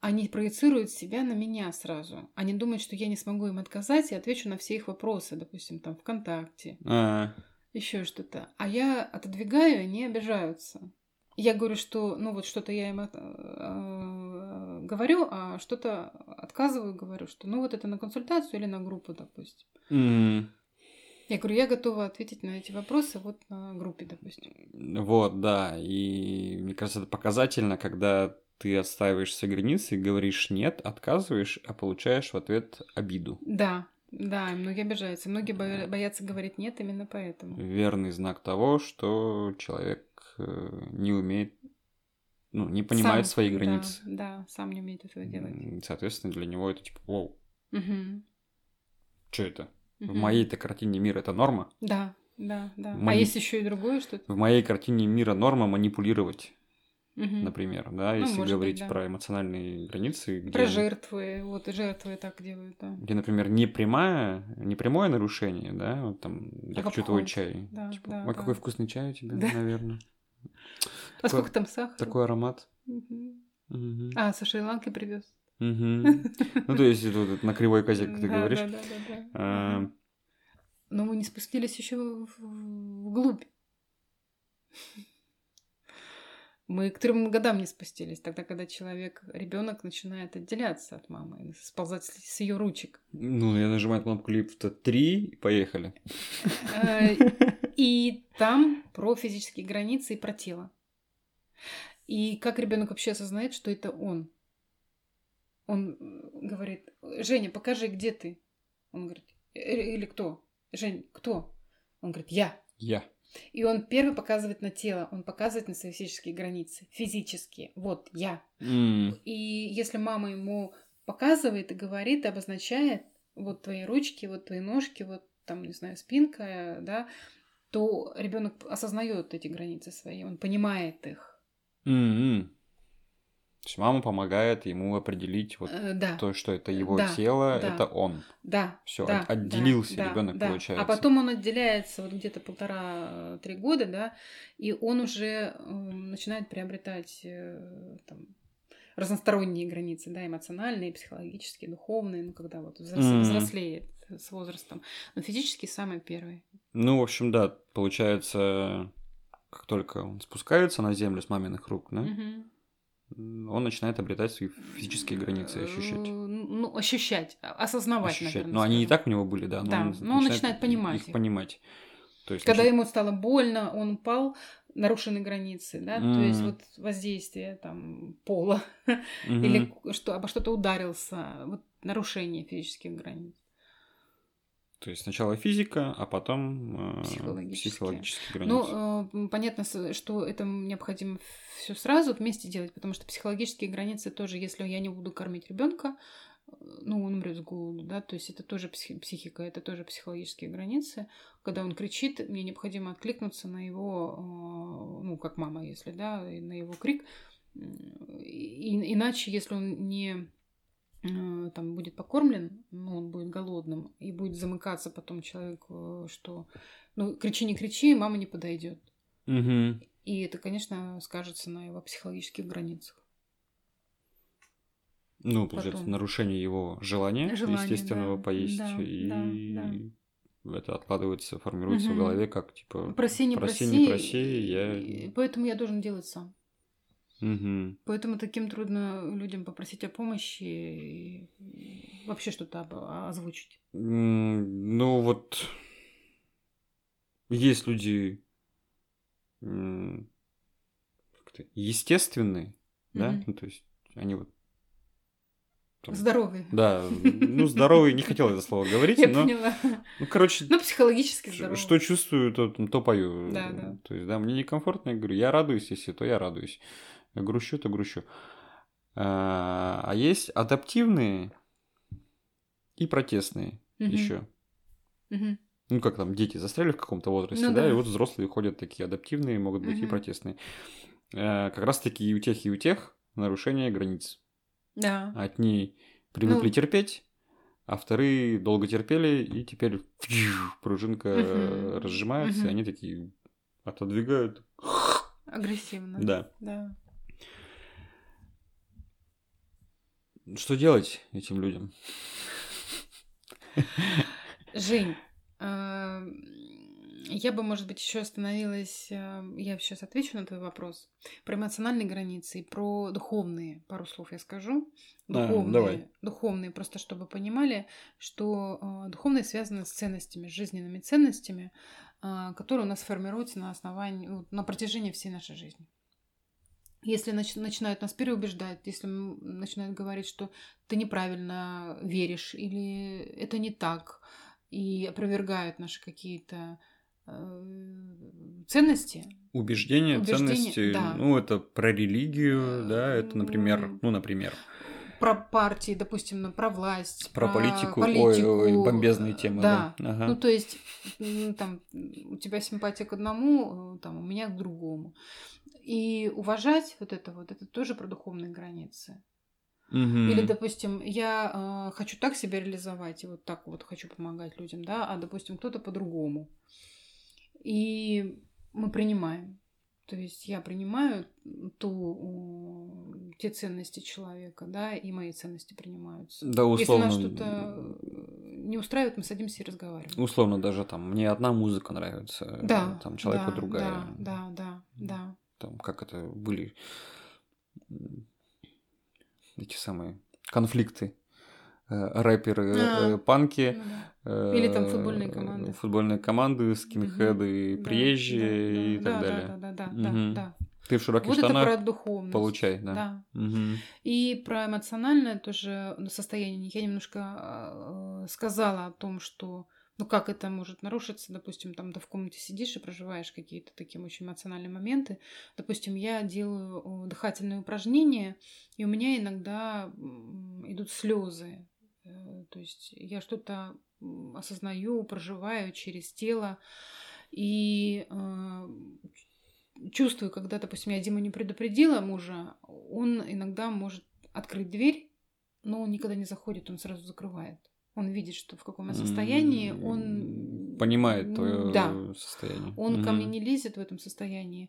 [SPEAKER 1] Они проецируют себя на меня сразу. Они думают, что я не смогу им отказать и отвечу на все их вопросы, допустим, там ВКонтакте,
[SPEAKER 2] А,
[SPEAKER 1] еще что-то. А я отодвигаю, они обижаются. Я говорю, что, ну вот что-то я им от- э, говорю, а что-то отказываю, говорю, что, ну вот это на консультацию или на группу, допустим.
[SPEAKER 2] м,
[SPEAKER 1] Я говорю, я готова ответить на эти вопросы вот на группе, допустим.
[SPEAKER 2] вот, да, и мне кажется, это показательно, когда ты отстаиваешь свои границы и говоришь «нет», отказываешь, а получаешь в ответ обиду.
[SPEAKER 1] Да, да, и многие обижаются, многие бо- боятся говорить нет именно поэтому.
[SPEAKER 2] верный знак того, что человек э, не умеет, ну, не понимает
[SPEAKER 1] Сам,
[SPEAKER 2] свои
[SPEAKER 1] да,
[SPEAKER 2] границы.
[SPEAKER 1] Да, сам не умеет этого делать.
[SPEAKER 2] М, Соответственно, для него это типа, вау,
[SPEAKER 1] Мгм,
[SPEAKER 2] что это? В
[SPEAKER 1] мгм.
[SPEAKER 2] моей-то картине мира это норма.
[SPEAKER 1] Да, да, да.
[SPEAKER 2] Мои-
[SPEAKER 1] А есть еще и другое что-то.
[SPEAKER 2] В моей картине мира норма манипулировать,
[SPEAKER 1] Мгм.
[SPEAKER 2] например, да,
[SPEAKER 1] Ну, может
[SPEAKER 2] если
[SPEAKER 1] быть,
[SPEAKER 2] говорить
[SPEAKER 1] да.
[SPEAKER 2] про эмоциональные границы, где,
[SPEAKER 1] Про жертвы, вот и жертвы так делают, да. А
[SPEAKER 2] где, например, не прямая, не прямое нарушение, да, вот там, я
[SPEAKER 1] А
[SPEAKER 2] хочу
[SPEAKER 1] в
[SPEAKER 2] твой
[SPEAKER 1] обход.
[SPEAKER 2] чай,
[SPEAKER 1] Да,
[SPEAKER 2] типа,
[SPEAKER 1] да,
[SPEAKER 2] «Ой,
[SPEAKER 1] да.
[SPEAKER 2] какой вкусный чай у тебя,
[SPEAKER 1] Да.
[SPEAKER 2] наверное,
[SPEAKER 1] А сколько там сахара?
[SPEAKER 2] такой аромат.
[SPEAKER 1] Мгм.
[SPEAKER 2] Мгм.
[SPEAKER 1] А, со Шри-Ланки привез.
[SPEAKER 2] Мгм. Ну, то есть, это вот это на кривой козе, как ты
[SPEAKER 1] Да,
[SPEAKER 2] говоришь.
[SPEAKER 1] да, да, да, да.
[SPEAKER 2] А,
[SPEAKER 1] Но мы не спустились еще вглубь. Мы к трем годам не спустились, тогда, когда человек, ребенок начинает отделяться от мамы, сползать с, с ее ручек.
[SPEAKER 2] Ну, я нажимаю кнопку лифта 3, и поехали.
[SPEAKER 1] А, Э, И там про физические границы и про тело. И как ребенок вообще осознает, что это он? Он э, говорит, Женя, покажи, где ты? Он говорит, «Э, или кто? Жень, кто? Он говорит, я.
[SPEAKER 2] Я.
[SPEAKER 1] И он первый показывает на тело, он показывает на свои физические границы, физические. Вот я.
[SPEAKER 2] М,
[SPEAKER 1] И если мама ему показывает и говорит, и обозначает, вот твои ручки, вот твои ножки, вот там, не знаю, спинка, э, да, то ребенок осознает эти границы свои, он понимает их.
[SPEAKER 2] м, м. То есть мама помогает ему определить вот
[SPEAKER 1] Э, да,
[SPEAKER 2] то, что это его
[SPEAKER 1] Да,
[SPEAKER 2] тело,
[SPEAKER 1] да.
[SPEAKER 2] это он.
[SPEAKER 1] да.
[SPEAKER 2] Всё,
[SPEAKER 1] да,
[SPEAKER 2] от- отделился
[SPEAKER 1] да,
[SPEAKER 2] ребёнок,
[SPEAKER 1] да.
[SPEAKER 2] получается.
[SPEAKER 1] А потом он отделяется вот где-то полтора-три года, да, и он уже эм, начинает приобретать э, там, разносторонние границы, да, эмоциональные, психологические, духовные, ну, когда вот взрос-
[SPEAKER 2] Мгм.
[SPEAKER 1] взрослеет с возрастом. Но физически самый первый.
[SPEAKER 2] Ну, в общем, да, получается, как только он спускается на землю с маминых рук, да,
[SPEAKER 1] Мгм.
[SPEAKER 2] м, он начинает обретать свои физические границы, и
[SPEAKER 1] Э,
[SPEAKER 2] ощущать.
[SPEAKER 1] Ну, ощущать, а- осознавать,
[SPEAKER 2] ощущать.
[SPEAKER 1] наверное.
[SPEAKER 2] Но они и
[SPEAKER 1] скажем.
[SPEAKER 2] так у него были, да.
[SPEAKER 1] Да, но он начинает понимать
[SPEAKER 2] Их
[SPEAKER 1] их.
[SPEAKER 2] понимать. То есть,
[SPEAKER 1] Когда
[SPEAKER 2] начи-
[SPEAKER 1] ему стало больно, он упал, нарушены границы, да, то есть
[SPEAKER 2] Мгм.
[SPEAKER 1] вот воздействие там пола
[SPEAKER 2] Мгм.
[SPEAKER 1] или к- что обо что-то ударился, вот нарушение физических границ.
[SPEAKER 2] То есть сначала физика, а потом э,
[SPEAKER 1] Психологические.
[SPEAKER 2] психологические границы.
[SPEAKER 1] Ну, э, м, понятно, с- что это м, необходимо все сразу вместе делать, потому что психологические границы тоже, если я не буду кормить ребенка, ну, он умрет с голоду, да, то есть это тоже психи- психика, это тоже психологические границы. Когда он кричит, мне необходимо откликнуться на его, э, ну, как мама, если, да, и на его крик. М, и- иначе, если он не э, там будет покормлен, ну, он будет голодным, и будет замыкаться потом человек, э, что ну, кричи, не кричи, мама не подойдет. э,
[SPEAKER 2] Мгм.
[SPEAKER 1] И это, конечно, скажется на его психологических границах.
[SPEAKER 2] Ну, получается,
[SPEAKER 1] Потом.
[SPEAKER 2] нарушение его желания,
[SPEAKER 1] Желания,
[SPEAKER 2] естественного
[SPEAKER 1] да,
[SPEAKER 2] поесть,
[SPEAKER 1] да,
[SPEAKER 2] и
[SPEAKER 1] да,
[SPEAKER 2] это откладывается, формируется в
[SPEAKER 1] Мгм.
[SPEAKER 2] голове как, типа...
[SPEAKER 1] Проси, не проси.
[SPEAKER 2] проси, не проси,
[SPEAKER 1] и-
[SPEAKER 2] я-
[SPEAKER 1] Поэтому я должен делать сам.
[SPEAKER 2] мгм.
[SPEAKER 1] Поэтому таким трудно людям попросить о помощи и вообще что-то об- озвучить.
[SPEAKER 2] М, Ну, вот... Есть люди... м, как-то естественные, да?
[SPEAKER 1] Мгм.
[SPEAKER 2] Ну, то есть они вот... там-
[SPEAKER 1] Здоровый.
[SPEAKER 2] Да, ну, здоровые, не хотел это слово говорить,
[SPEAKER 1] Я
[SPEAKER 2] но...
[SPEAKER 1] поняла.
[SPEAKER 2] Ну, короче,
[SPEAKER 1] Ну, психологически
[SPEAKER 2] Ш-
[SPEAKER 1] здоровый.
[SPEAKER 2] Что чувствую, то, то пою.
[SPEAKER 1] Да, да.
[SPEAKER 2] То есть, да, мне некомфортно, я говорю, я радуюсь, если то я радуюсь. Я грущу, то грущу. А а есть адаптивные и протестные
[SPEAKER 1] Мгм.
[SPEAKER 2] еще.
[SPEAKER 1] Мгм.
[SPEAKER 2] Ну, как там, дети застряли в каком-то возрасте,
[SPEAKER 1] Ну
[SPEAKER 2] да,
[SPEAKER 1] да.
[SPEAKER 2] и вот взрослые ходят такие адаптивные, могут быть и
[SPEAKER 1] Мгм.
[SPEAKER 2] протестные. Э, Как раз-таки и у тех, и у тех нарушение границ.
[SPEAKER 1] Да.
[SPEAKER 2] Одни привыкли
[SPEAKER 1] Ну.
[SPEAKER 2] терпеть, а вторые долго терпели, и теперь фью, пружинка э,
[SPEAKER 1] Мгм.
[SPEAKER 2] разжимается, и
[SPEAKER 1] Мгм.
[SPEAKER 2] они такие отодвигают.
[SPEAKER 1] Агрессивно.
[SPEAKER 2] Да.
[SPEAKER 1] Да.
[SPEAKER 2] Что делать этим людям?
[SPEAKER 1] Жень, а, я бы, может быть, еще остановилась, а, я сейчас отвечу на твой вопрос, про эмоциональные границы и про духовные, пару слов я скажу.
[SPEAKER 2] А,
[SPEAKER 1] Духовные,
[SPEAKER 2] давай.
[SPEAKER 1] духовные просто чтобы понимали, что а, духовные связаны с ценностями, с жизненными ценностями, а, которые у нас формируются на основании, ну, на протяжении всей нашей жизни. Если нач- начинают нас переубеждать, если м, начинают говорить, что ты неправильно веришь или это не так, и опровергают наши какие-то э, ценности.
[SPEAKER 2] Убеждения,
[SPEAKER 1] Убеждения,
[SPEAKER 2] ценности,
[SPEAKER 1] да.
[SPEAKER 2] ну, это про религию,
[SPEAKER 1] Э,
[SPEAKER 2] да, это, например,
[SPEAKER 1] ну,
[SPEAKER 2] ну, например,
[SPEAKER 1] Про партии, допустим, ну, про власть,
[SPEAKER 2] про политику, ой, ой,
[SPEAKER 1] политику,
[SPEAKER 2] бомбезные
[SPEAKER 1] э,
[SPEAKER 2] темы,
[SPEAKER 1] Да.
[SPEAKER 2] да. А. Ага.
[SPEAKER 1] Ну, то есть, м, там, у тебя симпатия к одному, э, там, у меня к другому. И уважать вот это вот, это тоже про духовные границы.
[SPEAKER 2] Мгм.
[SPEAKER 1] Ну, Или, допустим, я э, хочу так себя реализовать, и вот так вот хочу помогать людям, да, а, допустим, кто-то по-другому. И мы принимаем. То есть я принимаю ту, э, те ценности человека, да, и мои ценности принимаются.
[SPEAKER 2] да,
[SPEAKER 1] Если
[SPEAKER 2] условно,
[SPEAKER 1] нас что-то э, не устраивает, мы садимся и разговариваем.
[SPEAKER 2] условно даже там, мне одна музыка нравится, э,
[SPEAKER 1] Да.
[SPEAKER 2] там человеку
[SPEAKER 1] да,
[SPEAKER 2] другая.
[SPEAKER 1] Да, да, да,
[SPEAKER 2] там, как это были м, эти самые конфликты э, рэперы, э,
[SPEAKER 1] А.
[SPEAKER 2] панки.
[SPEAKER 1] Ну да.
[SPEAKER 2] э,
[SPEAKER 1] Или там футбольные команды.
[SPEAKER 2] Футбольные команды, скинхеды,
[SPEAKER 1] Мгм. Да,
[SPEAKER 2] приезжие и
[SPEAKER 1] да,
[SPEAKER 2] так
[SPEAKER 1] да,
[SPEAKER 2] далее.
[SPEAKER 1] Да, да, да,
[SPEAKER 2] Мгм.
[SPEAKER 1] да, да.
[SPEAKER 2] Ты в широких
[SPEAKER 1] вот
[SPEAKER 2] штанах
[SPEAKER 1] это про духовность.
[SPEAKER 2] получай, да.
[SPEAKER 1] Да.
[SPEAKER 2] Мгм.
[SPEAKER 1] И про эмоциональное тоже ну, состояние. Я немножко э, сказала о том, что ну как это может нарушиться, допустим, там ты в комнате сидишь и проживаешь какие-то такие очень эмоциональные моменты. Допустим, я делаю э, дыхательные упражнения, и у меня иногда м, идут слезы. Э, То есть я что-то м, осознаю, проживаю через тело и э, чувствую, когда, допустим, я Диму не предупредила мужа, он иногда может открыть дверь, но он никогда не заходит, он сразу закрывает. Он видит, что в каком я состоянии,
[SPEAKER 2] М,
[SPEAKER 1] он
[SPEAKER 2] Понимает твое
[SPEAKER 1] Да,
[SPEAKER 2] состояние.
[SPEAKER 1] он ко
[SPEAKER 2] Мгм.
[SPEAKER 1] мне не лезет в этом состоянии.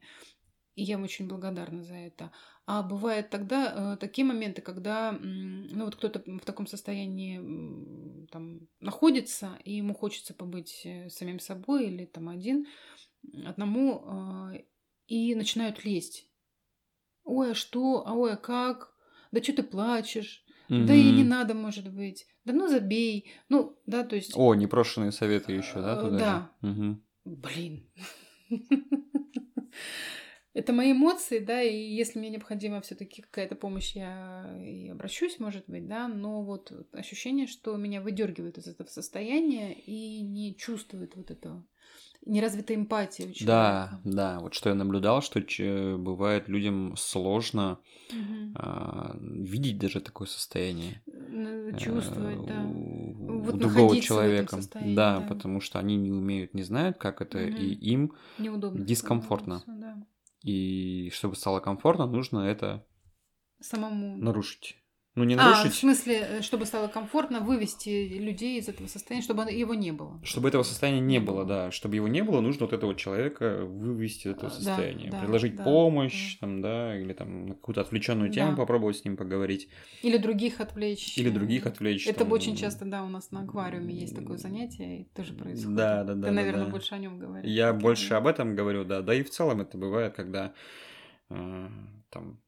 [SPEAKER 1] И я ему очень благодарна за это. А бывают тогда э, такие моменты, когда м, ну, вот кто-то в таком состоянии м, там, находится, и ему хочется побыть э, самим собой или там один, одному, э, и начинают лезть. Ой, а что? А ой, а как? Да что ты плачешь? Да и не
[SPEAKER 2] Мгм.
[SPEAKER 1] надо, может быть. Да ну забей. Ну, да, то есть...
[SPEAKER 2] О, непрошенные советы еще, да?
[SPEAKER 1] Э,
[SPEAKER 2] туда же?
[SPEAKER 1] да.
[SPEAKER 2] Мгм.
[SPEAKER 1] Блин. Это мои эмоции, да, и если мне необходима все-таки какая-то помощь, я э, и обращусь, может быть, да, но вот ощущение, что меня выдергивают из этого состояния и не чувствуют вот этого. Неразвитой эмпатии у
[SPEAKER 2] Да,
[SPEAKER 1] человека.
[SPEAKER 2] да, вот что я наблюдал, что ч- бывает людям сложно
[SPEAKER 1] Мгм.
[SPEAKER 2] а, видеть даже такое состояние.
[SPEAKER 1] Ну,
[SPEAKER 2] э,
[SPEAKER 1] Чувствовать, да.
[SPEAKER 2] у,
[SPEAKER 1] Вот
[SPEAKER 2] у другого
[SPEAKER 1] находиться в этом
[SPEAKER 2] человека.
[SPEAKER 1] состоянии,
[SPEAKER 2] Да,
[SPEAKER 1] да.
[SPEAKER 2] потому что они не умеют, не знают, как это, и
[SPEAKER 1] Мгм.
[SPEAKER 2] им,
[SPEAKER 1] Неудобно.
[SPEAKER 2] дискомфортно.
[SPEAKER 1] становится, да.
[SPEAKER 2] и чтобы стало комфортно, нужно это
[SPEAKER 1] Самому.
[SPEAKER 2] нарушить. Ну, не
[SPEAKER 1] а, в
[SPEAKER 2] нарушить,
[SPEAKER 1] смысле, э, чтобы стало комфортно вывести людей из этого состояния, чтобы оно- его не было.
[SPEAKER 2] чтобы этого состояния не было, да. Чтобы его не было, нужно вот этого человека вывести из этого
[SPEAKER 1] А, да,
[SPEAKER 2] состояния.
[SPEAKER 1] да,
[SPEAKER 2] предложить
[SPEAKER 1] да,
[SPEAKER 2] помощь, там, да, или там на какую-то отвлеченную тему
[SPEAKER 1] Да.
[SPEAKER 2] попробовать с ним поговорить,
[SPEAKER 1] Или других отвлечь.
[SPEAKER 2] или
[SPEAKER 1] э,
[SPEAKER 2] других отвлечь.
[SPEAKER 1] Это
[SPEAKER 2] там,
[SPEAKER 1] очень часто, да, у нас на аквариуме есть такое
[SPEAKER 2] м,
[SPEAKER 1] занятие, и тоже происходит.
[SPEAKER 2] да, да, да, да,
[SPEAKER 1] Ты, наверное,
[SPEAKER 2] да.
[SPEAKER 1] больше о нем говоришь.
[SPEAKER 2] Я
[SPEAKER 1] Как
[SPEAKER 2] больше
[SPEAKER 1] это?
[SPEAKER 2] об этом говорю, да. Да и в целом это бывает, когда э, там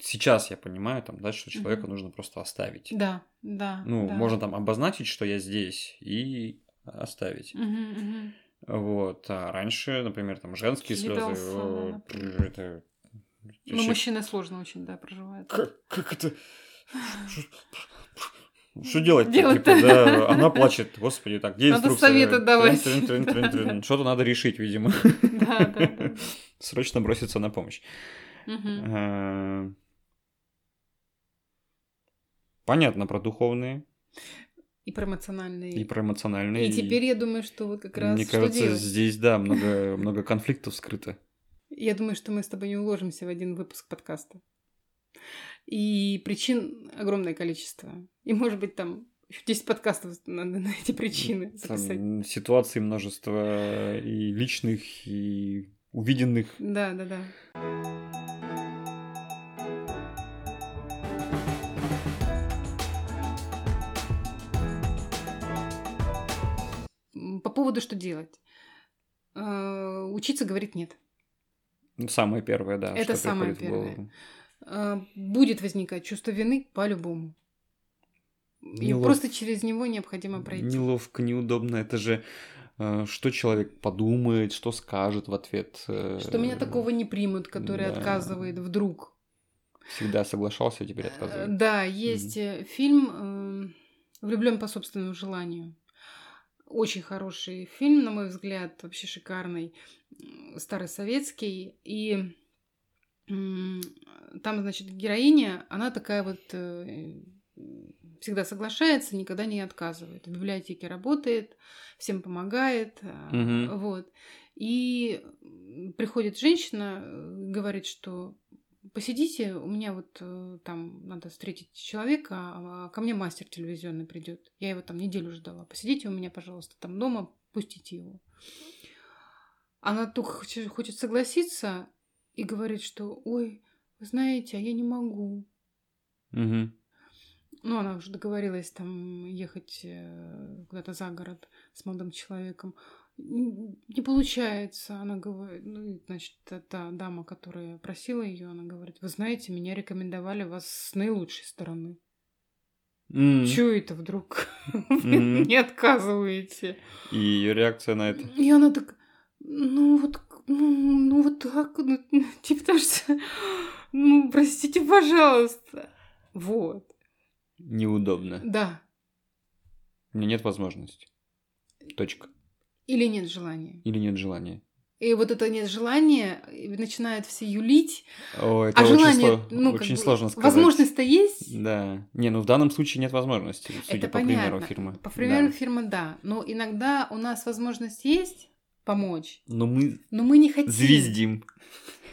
[SPEAKER 2] сейчас я понимаю, там, да, что человека
[SPEAKER 1] Мгм.
[SPEAKER 2] нужно просто оставить.
[SPEAKER 1] Да, да.
[SPEAKER 2] ну,
[SPEAKER 1] да.
[SPEAKER 2] можно там обозначить, что я здесь, и оставить.
[SPEAKER 1] Мгм, мгм.
[SPEAKER 2] Вот. А раньше, например, там женские
[SPEAKER 1] Кидался,
[SPEAKER 2] слезы.
[SPEAKER 1] да,
[SPEAKER 2] о,
[SPEAKER 1] например.
[SPEAKER 2] пр- это
[SPEAKER 1] Ну,
[SPEAKER 2] вообще
[SPEAKER 1] мужчины сложно очень, да, проживают.
[SPEAKER 2] Как, как это? Что делать?
[SPEAKER 1] Делать-то?
[SPEAKER 2] Типа, да, она плачет, господи, так, где
[SPEAKER 1] Надо
[SPEAKER 2] инструкция?
[SPEAKER 1] советы
[SPEAKER 2] Трын,
[SPEAKER 1] давать.
[SPEAKER 2] трын, трын, трын, трын. Что-то надо решить, видимо.
[SPEAKER 1] Да, да, да.
[SPEAKER 2] Срочно броситься на помощь.
[SPEAKER 1] Мгм.
[SPEAKER 2] Э, Понятно про духовные
[SPEAKER 1] И про эмоциональные.
[SPEAKER 2] и про эмоциональные.
[SPEAKER 1] И теперь я думаю, что вот как раз
[SPEAKER 2] Мне
[SPEAKER 1] что
[SPEAKER 2] кажется,
[SPEAKER 1] делать?
[SPEAKER 2] здесь, да, много, много конфликтов скрыто.
[SPEAKER 1] Я думаю, что мы с тобой не уложимся в один выпуск подкаста. И причин огромное количество. И, может быть, там ещё 10 подкастов надо на эти причины записать.
[SPEAKER 2] Там ситуаций множество и личных, и увиденных.
[SPEAKER 1] Да, да, да. М, По поводу, что делать. Э, Учиться говорить нет.
[SPEAKER 2] Ну, Самое первое, да.
[SPEAKER 1] Это
[SPEAKER 2] что
[SPEAKER 1] самое
[SPEAKER 2] приходит в голову.
[SPEAKER 1] первое. Э, Будет возникать чувство вины по-любому. И
[SPEAKER 2] Нелов-
[SPEAKER 1] просто через него необходимо пройти.
[SPEAKER 2] Неловко, неудобно. Это же э, что человек подумает, что скажет в ответ. э,
[SPEAKER 1] Что меня такого не примут, который
[SPEAKER 2] да.
[SPEAKER 1] отказывает вдруг.
[SPEAKER 2] Всегда соглашался, а теперь
[SPEAKER 1] Э,
[SPEAKER 2] отказывает.
[SPEAKER 1] Да, есть э, фильм Влюблен по собственному желанию. Очень хороший фильм, на мой взгляд, вообще шикарный, М, старый советский. И м, там, значит, героиня, она такая вот э, всегда соглашается, никогда не отказывает. В библиотеке работает, всем помогает. а,
[SPEAKER 2] Мгм.
[SPEAKER 1] Вот. И м, приходит женщина, э, говорит, что посидите, у меня вот э, там надо встретить человека, а а ко мне мастер телевизионный придет. Я его там неделю ждала. Посидите у меня, пожалуйста, там дома, пустите его. Она только хочет, хочет согласиться и говорит, что ой, вы знаете, а я не могу.
[SPEAKER 2] Мгм.
[SPEAKER 1] Ну, она уже договорилась там ехать э, куда-то за город с молодым человеком. Н- Не получается, она говорит, ну, и, значит, та- та дама, которая просила ее, она говорит, вы знаете, меня рекомендовали вас с наилучшей стороны.
[SPEAKER 2] М.
[SPEAKER 1] Чего это вдруг? Вы
[SPEAKER 2] Мгм.
[SPEAKER 1] не отказываете.
[SPEAKER 2] И ее реакция на это.
[SPEAKER 1] И она так, ну вот ну, ну вот так, ну, типа потому что, ну, простите, пожалуйста. Вот,
[SPEAKER 2] Неудобно.
[SPEAKER 1] да.
[SPEAKER 2] У меня нет возможности. Точка.
[SPEAKER 1] Или нет желания.
[SPEAKER 2] Или нет желания.
[SPEAKER 1] И вот это нет желания, и начинают все юлить.
[SPEAKER 2] О, это
[SPEAKER 1] а
[SPEAKER 2] очень,
[SPEAKER 1] желание,
[SPEAKER 2] сло-
[SPEAKER 1] ну, как
[SPEAKER 2] очень
[SPEAKER 1] бы,
[SPEAKER 2] сложно сказать.
[SPEAKER 1] Возможность-то есть.
[SPEAKER 2] Да. Не, ну в данном случае нет возможности, судя
[SPEAKER 1] это
[SPEAKER 2] по
[SPEAKER 1] понятно.
[SPEAKER 2] примеру фирмы.
[SPEAKER 1] По примеру
[SPEAKER 2] Да.
[SPEAKER 1] фирмы, да. Но иногда у нас возможность есть помочь,
[SPEAKER 2] Но мы
[SPEAKER 1] но мы не хотим.
[SPEAKER 2] звездим.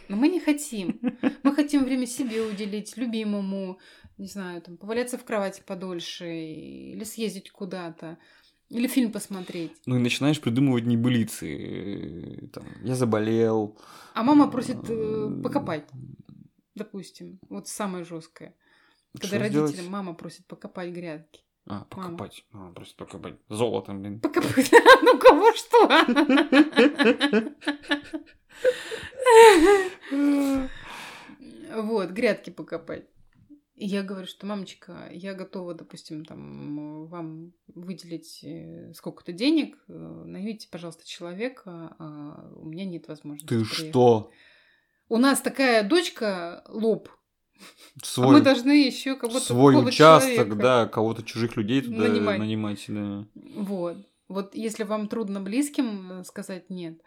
[SPEAKER 1] Но мы не хотим. Мы хотим время себе уделить, любимому, не знаю, там, поваляться в кровати подольше, или съездить куда-то, или фильм посмотреть.
[SPEAKER 2] Ну и начинаешь придумывать небылицы. э, Там, я заболел.
[SPEAKER 1] А мама просит э,
[SPEAKER 2] М,
[SPEAKER 1] покопать, допустим. Вот самое жесткое. Когда
[SPEAKER 2] Что
[SPEAKER 1] родителям
[SPEAKER 2] сделать?
[SPEAKER 1] мама просит покопать грядки.
[SPEAKER 2] А, покопать. А, просто покопать. Золотом, блин.
[SPEAKER 1] Покопать. Ну кого что? Вот, грядки покопать. И я говорю, что, мамочка, я готова, допустим, там, э, вам выделить э, сколько-то денег. э, Найдите, пожалуйста, человека. а У меня нет возможности.
[SPEAKER 2] Ты
[SPEAKER 1] приехать».
[SPEAKER 2] что?
[SPEAKER 1] У нас такая дочка лоб. а
[SPEAKER 2] Свой,
[SPEAKER 1] мы должны еще кого-то
[SPEAKER 2] свой
[SPEAKER 1] какого-то
[SPEAKER 2] участок,
[SPEAKER 1] человека.
[SPEAKER 2] да, кого-то чужих людей туда
[SPEAKER 1] Нанимать.
[SPEAKER 2] нанимать, да.
[SPEAKER 1] Вот. Вот если вам трудно близким э, сказать нет,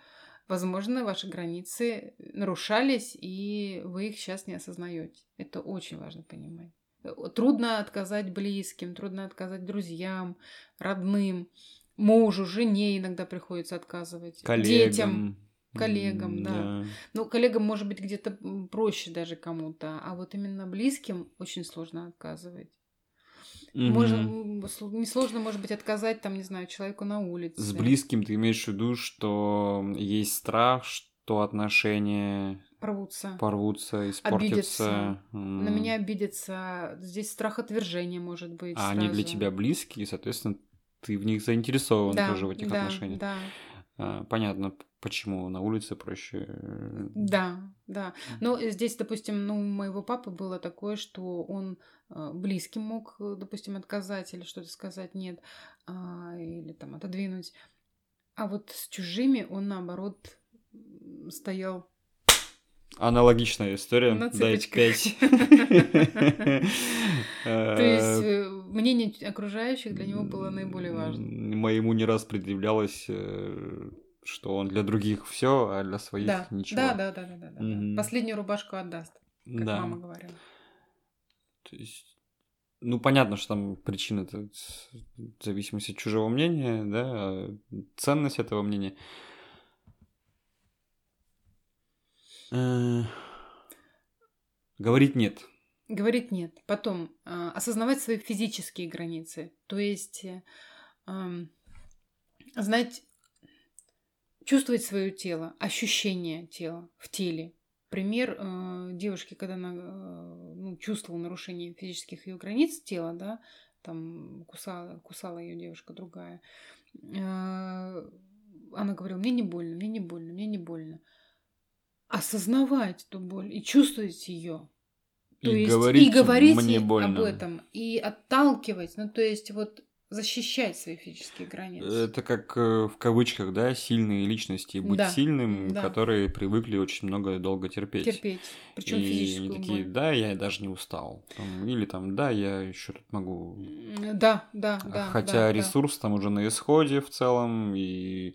[SPEAKER 1] возможно, ваши границы э, нарушались, и вы их сейчас не осознаете. Это очень важно понимать. Э, Трудно отказать близким, трудно отказать друзьям, родным, мужу, жене иногда приходится отказывать,
[SPEAKER 2] Коллегам.
[SPEAKER 1] детям.
[SPEAKER 2] М,
[SPEAKER 1] коллегам, да. Ну, коллегам, может быть, где-то м, проще даже кому-то, а вот именно близким очень сложно отказывать.
[SPEAKER 2] Мгм.
[SPEAKER 1] Можно, сло- несложно, может быть, отказать, там, не знаю, человеку на улице.
[SPEAKER 2] С близким ты имеешь в виду, что есть страх, что отношения
[SPEAKER 1] Порвутся.
[SPEAKER 2] порвутся, испортятся.
[SPEAKER 1] На меня обидятся. Здесь страх отвержения может быть.
[SPEAKER 2] А они для
[SPEAKER 1] сразу.
[SPEAKER 2] тебя близкие, соответственно, ты в них заинтересован
[SPEAKER 1] да,
[SPEAKER 2] тоже в этих
[SPEAKER 1] да,
[SPEAKER 2] отношениях.
[SPEAKER 1] Да,
[SPEAKER 2] А, понятно, п- почему на улице проще. э,
[SPEAKER 1] да, да. Но здесь, допустим, ну, у моего папы было такое, что он э, близким мог, э, допустим, отказать или что-то сказать нет, а, или там отодвинуть. А вот с чужими он, наоборот, м, стоял
[SPEAKER 2] Аналогичная история.
[SPEAKER 1] На
[SPEAKER 2] Дай
[SPEAKER 1] цыпочках.
[SPEAKER 2] пять.
[SPEAKER 1] То есть э, мнение окружающих для него было наиболее важно.
[SPEAKER 2] М, Моему не раз предъявлялось, э, что он для других все, а для своих
[SPEAKER 1] Да.
[SPEAKER 2] ничего.
[SPEAKER 1] да, да, да, да, да, да.
[SPEAKER 2] Мгм.
[SPEAKER 1] Последнюю рубашку отдаст, как
[SPEAKER 2] Да.
[SPEAKER 1] мама говорила.
[SPEAKER 2] То есть, ну, понятно, что там причина это зависимость от чужого мнения, да, а ценность этого мнения. Э, Говорить нет.
[SPEAKER 1] Говорить нет. Потом э, осознавать свои физические границы. То есть э, эм, знать, чувствовать свое тело, ощущение тела в теле. Пример э, девушки, когда она э, ну, чувствовала нарушение физических ее границ тела, да, там кусала, кусала ее девушка другая. Э, она говорила, мне не больно, мне не больно, мне не больно. Осознавать эту боль и чувствовать ее. То
[SPEAKER 2] и
[SPEAKER 1] есть
[SPEAKER 2] говорить,
[SPEAKER 1] и говорить
[SPEAKER 2] мне
[SPEAKER 1] ей
[SPEAKER 2] больно.
[SPEAKER 1] об этом, и отталкивать, ну то есть вот защищать свои физические границы.
[SPEAKER 2] Это как э, в кавычках, да, сильные личности и быть
[SPEAKER 1] Да,
[SPEAKER 2] сильным,
[SPEAKER 1] да.
[SPEAKER 2] которые привыкли очень много и долго терпеть.
[SPEAKER 1] Терпеть. Причем
[SPEAKER 2] и
[SPEAKER 1] физическую
[SPEAKER 2] они такие,
[SPEAKER 1] боль.
[SPEAKER 2] да, я даже не устал. Там, или там, да, я еще тут могу
[SPEAKER 1] М, Да, да,
[SPEAKER 2] А
[SPEAKER 1] да.
[SPEAKER 2] Хотя
[SPEAKER 1] да, да.
[SPEAKER 2] ресурс там уже на исходе в целом, и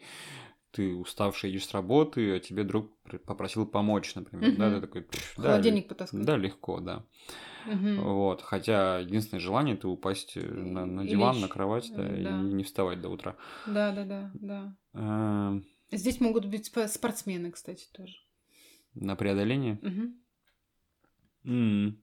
[SPEAKER 2] ты уставший идешь с работы, а тебе друг при- попросил помочь, например. Да,
[SPEAKER 1] Мгм.
[SPEAKER 2] ты такой, «Пф, да,
[SPEAKER 1] Холодильник
[SPEAKER 2] ле-
[SPEAKER 1] потаскать.
[SPEAKER 2] да, легко, да.
[SPEAKER 1] Мгм.
[SPEAKER 2] Вот. Хотя единственное желание ты упасть э, на, на
[SPEAKER 1] И
[SPEAKER 2] диван,
[SPEAKER 1] лечь.
[SPEAKER 2] на кровать, да,
[SPEAKER 1] Да.
[SPEAKER 2] и не вставать до утра.
[SPEAKER 1] Да, да, да, да.
[SPEAKER 2] Эм,
[SPEAKER 1] Здесь могут быть спо- спортсмены, кстати, тоже.
[SPEAKER 2] На преодоление.
[SPEAKER 1] Мгм.
[SPEAKER 2] М.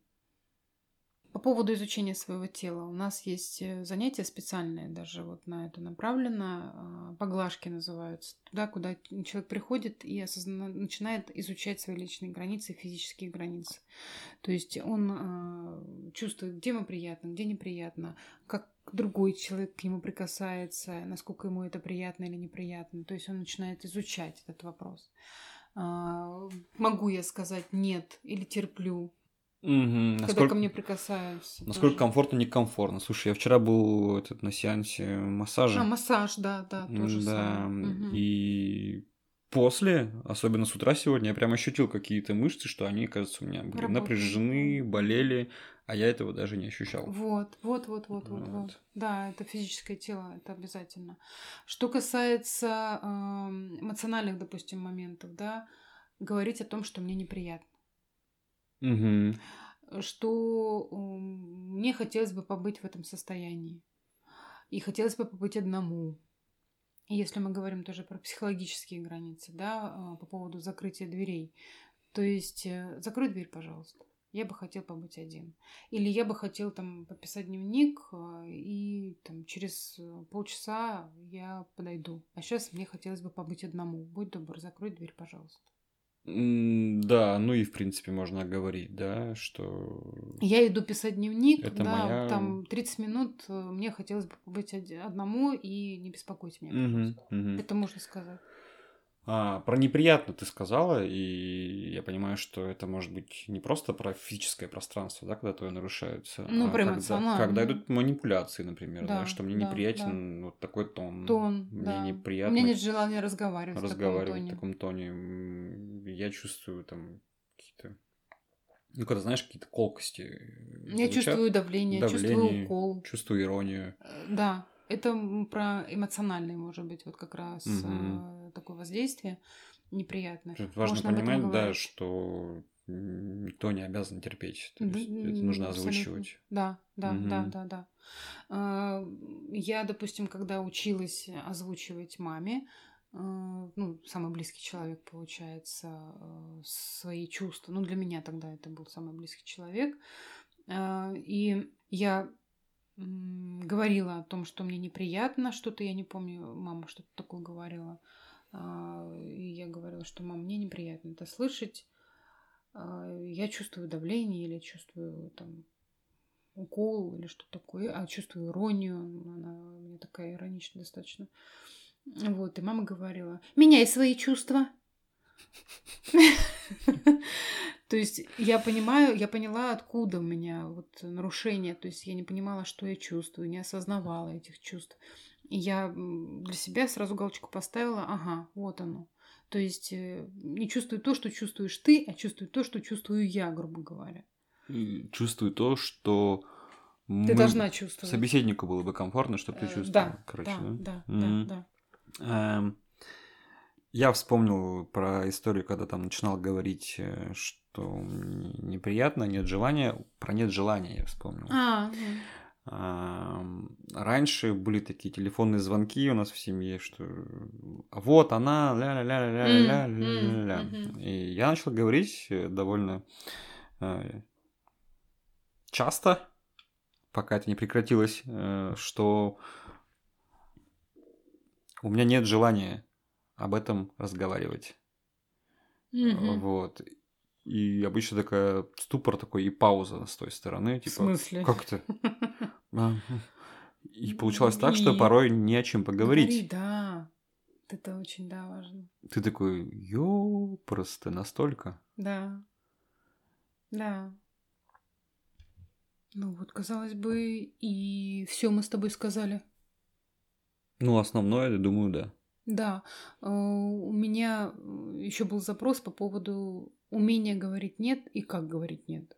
[SPEAKER 1] По поводу изучения своего тела. У нас есть э, занятия специальные, даже вот на это направлено. а, Поглажки называются. Туда, куда человек приходит и осозна- начинает изучать свои личные границы, физические границы. То есть он а, чувствует, где ему приятно, где неприятно, как другой человек к нему прикасается, насколько ему это приятно или неприятно. То есть он начинает изучать этот вопрос. А, Могу я сказать нет или терплю,
[SPEAKER 2] Мгм.
[SPEAKER 1] когда ко
[SPEAKER 2] Насколько,
[SPEAKER 1] мне прикасаются.
[SPEAKER 2] насколько
[SPEAKER 1] тоже.
[SPEAKER 2] комфортно, некомфортно. Слушай, я вчера был этот, на сеансе массажа.
[SPEAKER 1] А, массаж, да, да, тоже
[SPEAKER 2] Да,
[SPEAKER 1] самое. Мгм.
[SPEAKER 2] и после, особенно с утра сегодня, я прям ощутил какие-то мышцы, что они, кажется, у меня были
[SPEAKER 1] Работают.
[SPEAKER 2] напряжены, болели, а я этого даже не ощущал.
[SPEAKER 1] Вот, вот, вот, вот, вот, вот.
[SPEAKER 2] Вот.
[SPEAKER 1] Да, это физическое тело, это обязательно. Что касается эм, эмоциональных, допустим, моментов, да, говорить о том, что мне неприятно,
[SPEAKER 2] Мгм.
[SPEAKER 1] что м, мне хотелось бы побыть в этом состоянии, и хотелось бы побыть одному. И Если мы говорим тоже про психологические границы, да, э, по поводу закрытия дверей, то есть э, закрой дверь, пожалуйста. Я бы хотел побыть один. Или я бы хотел там подписать дневник, э, и там через э, полчаса я подойду. А сейчас мне хотелось бы побыть одному. Будь добр, закрой дверь, пожалуйста.
[SPEAKER 2] М, Да, ну и в принципе можно говорить, да, что...
[SPEAKER 1] Я иду писать дневник,
[SPEAKER 2] Это
[SPEAKER 1] да,
[SPEAKER 2] моя-
[SPEAKER 1] там 30 минут, э, мне хотелось бы побыть од- одному и не беспокойте меня,
[SPEAKER 2] Мгм,
[SPEAKER 1] пожалуйста.
[SPEAKER 2] мгм.
[SPEAKER 1] Это можно сказать.
[SPEAKER 2] А, про неприятно ты сказала, и я понимаю, что это может быть не просто про физическое пространство, да, когда твое нарушается,
[SPEAKER 1] Ну,
[SPEAKER 2] а
[SPEAKER 1] про
[SPEAKER 2] когда-
[SPEAKER 1] эмоциональное.
[SPEAKER 2] когда, идут манипуляции, например, да,
[SPEAKER 1] Да,
[SPEAKER 2] что мне
[SPEAKER 1] да,
[SPEAKER 2] неприятен вот такой тон,
[SPEAKER 1] Тон,
[SPEAKER 2] мне
[SPEAKER 1] да. У
[SPEAKER 2] неприятно
[SPEAKER 1] меня нет желания разговаривать,
[SPEAKER 2] разговаривать
[SPEAKER 1] в
[SPEAKER 2] в
[SPEAKER 1] таком тоне.
[SPEAKER 2] таком тоне, М, я чувствую там какие-то, ну, когда, знаешь, какие-то колкости э,
[SPEAKER 1] Ну, Я
[SPEAKER 2] звучат,
[SPEAKER 1] чувствую давление, чувствую
[SPEAKER 2] давление.
[SPEAKER 1] укол.
[SPEAKER 2] чувствую иронию,
[SPEAKER 1] Э, Да, это м, про эмоциональное, может быть, вот как раз э,
[SPEAKER 2] Мгм.
[SPEAKER 1] такое воздействие неприятное.
[SPEAKER 2] Тут важно
[SPEAKER 1] Можно об этом
[SPEAKER 2] понимать, да,
[SPEAKER 1] говорить.
[SPEAKER 2] что м, никто не обязан терпеть, то
[SPEAKER 1] Д-
[SPEAKER 2] есть это
[SPEAKER 1] м,
[SPEAKER 2] нужно
[SPEAKER 1] абсолютно.
[SPEAKER 2] озвучивать.
[SPEAKER 1] Да, да, да,
[SPEAKER 2] Мгм.
[SPEAKER 1] да, да. А, Я, допустим, когда училась озвучивать маме, а, ну, самый близкий человек, получается, а, свои чувства. Ну, для меня тогда это был самый близкий человек. А, И я м, говорила о том, что мне неприятно, что-то я не помню, мама что-то такое говорила. А, И я говорила, что мам, мне неприятно это слышать. А, Я чувствую давление или чувствую там укол или что такое, а чувствую иронию, она у меня такая ироничная достаточно. Вот, и мама говорила, меняй свои чувства. То есть я понимаю, я поняла, откуда у меня вот нарушение. То есть я не понимала, что я чувствую, не осознавала этих чувств. И я м, для себя сразу галочку поставила, ага, вот оно. То есть э, не чувствую то, что чувствуешь ты, а чувствую то, что чувствую я, грубо говоря.
[SPEAKER 2] И чувствую то, что
[SPEAKER 1] Ты
[SPEAKER 2] мы-
[SPEAKER 1] должна чувствовать.
[SPEAKER 2] собеседнику было бы комфортно, чтобы ты
[SPEAKER 1] Э,
[SPEAKER 2] чувствовал.
[SPEAKER 1] Да,
[SPEAKER 2] короче,
[SPEAKER 1] да, да, да,
[SPEAKER 2] Мгм.
[SPEAKER 1] да.
[SPEAKER 2] Эм, Я вспомнил про историю, когда там начинал говорить, э, что мне неприятно, нет желания. Про нет желания я вспомнил.
[SPEAKER 1] А, м.
[SPEAKER 2] Ам, Раньше были такие телефонные звонки у нас в семье, что «А вот она, ля-ля-ля-ля-ля-ля-ля».
[SPEAKER 1] М, м, мгм.
[SPEAKER 2] И я начал говорить э, довольно э, часто, пока это не прекратилось, э, что у меня нет желания об этом разговаривать.
[SPEAKER 1] Мгм.
[SPEAKER 2] Вот. И обычно такая ступор такой и пауза с той стороны.
[SPEAKER 1] В
[SPEAKER 2] Типа,
[SPEAKER 1] смысле?
[SPEAKER 2] как ты? А, мгм. И получалось так, что
[SPEAKER 1] И-
[SPEAKER 2] порой не о чем поговорить.
[SPEAKER 1] Говори, да. Это очень, да, важно.
[SPEAKER 2] Ты такой, ё, просто настолько.
[SPEAKER 1] Да. Да. Ну вот, казалось бы, и все мы с тобой сказали.
[SPEAKER 2] Ну, основное, я думаю, да.
[SPEAKER 1] Да, э, у меня еще был запрос по поводу умения говорить нет и как говорить нет.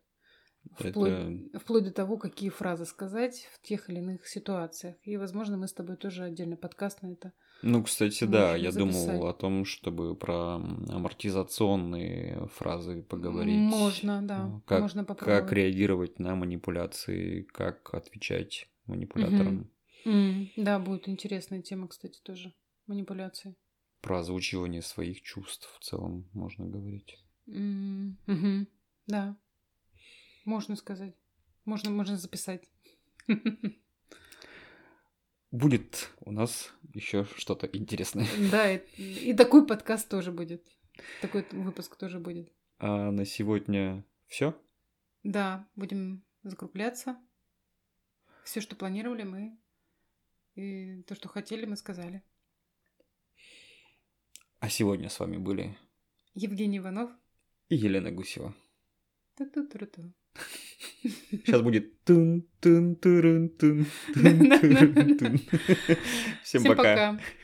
[SPEAKER 1] Вплоть, вплоть до того, какие фразы сказать в тех или иных ситуациях. И, возможно, мы с тобой тоже отдельно подкаст на это.
[SPEAKER 2] Ну, кстати,
[SPEAKER 1] Можно
[SPEAKER 2] да, я
[SPEAKER 1] записать.
[SPEAKER 2] думал о том, чтобы про м, амортизационные фразы поговорить.
[SPEAKER 1] Можно, да.
[SPEAKER 2] Ну, Как,
[SPEAKER 1] можно попробовать.
[SPEAKER 2] как реагировать на манипуляции, как отвечать манипуляторам.
[SPEAKER 1] М, Да, будет интересная тема, кстати, тоже. Манипуляции.
[SPEAKER 2] Про озвучивание своих чувств в целом можно говорить.
[SPEAKER 1] М, мгм, Да. Можно сказать. Можно, можно записать.
[SPEAKER 2] Будет у нас еще что-то интересное.
[SPEAKER 1] Да, и, и такой подкаст тоже будет. Такой выпуск тоже будет.
[SPEAKER 2] А на сегодня все.
[SPEAKER 1] Да, будем закругляться. Все, что планировали, мы и то, что хотели, мы сказали.
[SPEAKER 2] А сегодня с вами были
[SPEAKER 1] Евгений Иванов.
[SPEAKER 2] и Елена Гусева.
[SPEAKER 1] Ту-ту-ту-ту.
[SPEAKER 2] Сейчас будет тун тун турун тун тун
[SPEAKER 1] Да-да-да.
[SPEAKER 2] турун тун. Всем пока.
[SPEAKER 1] пока.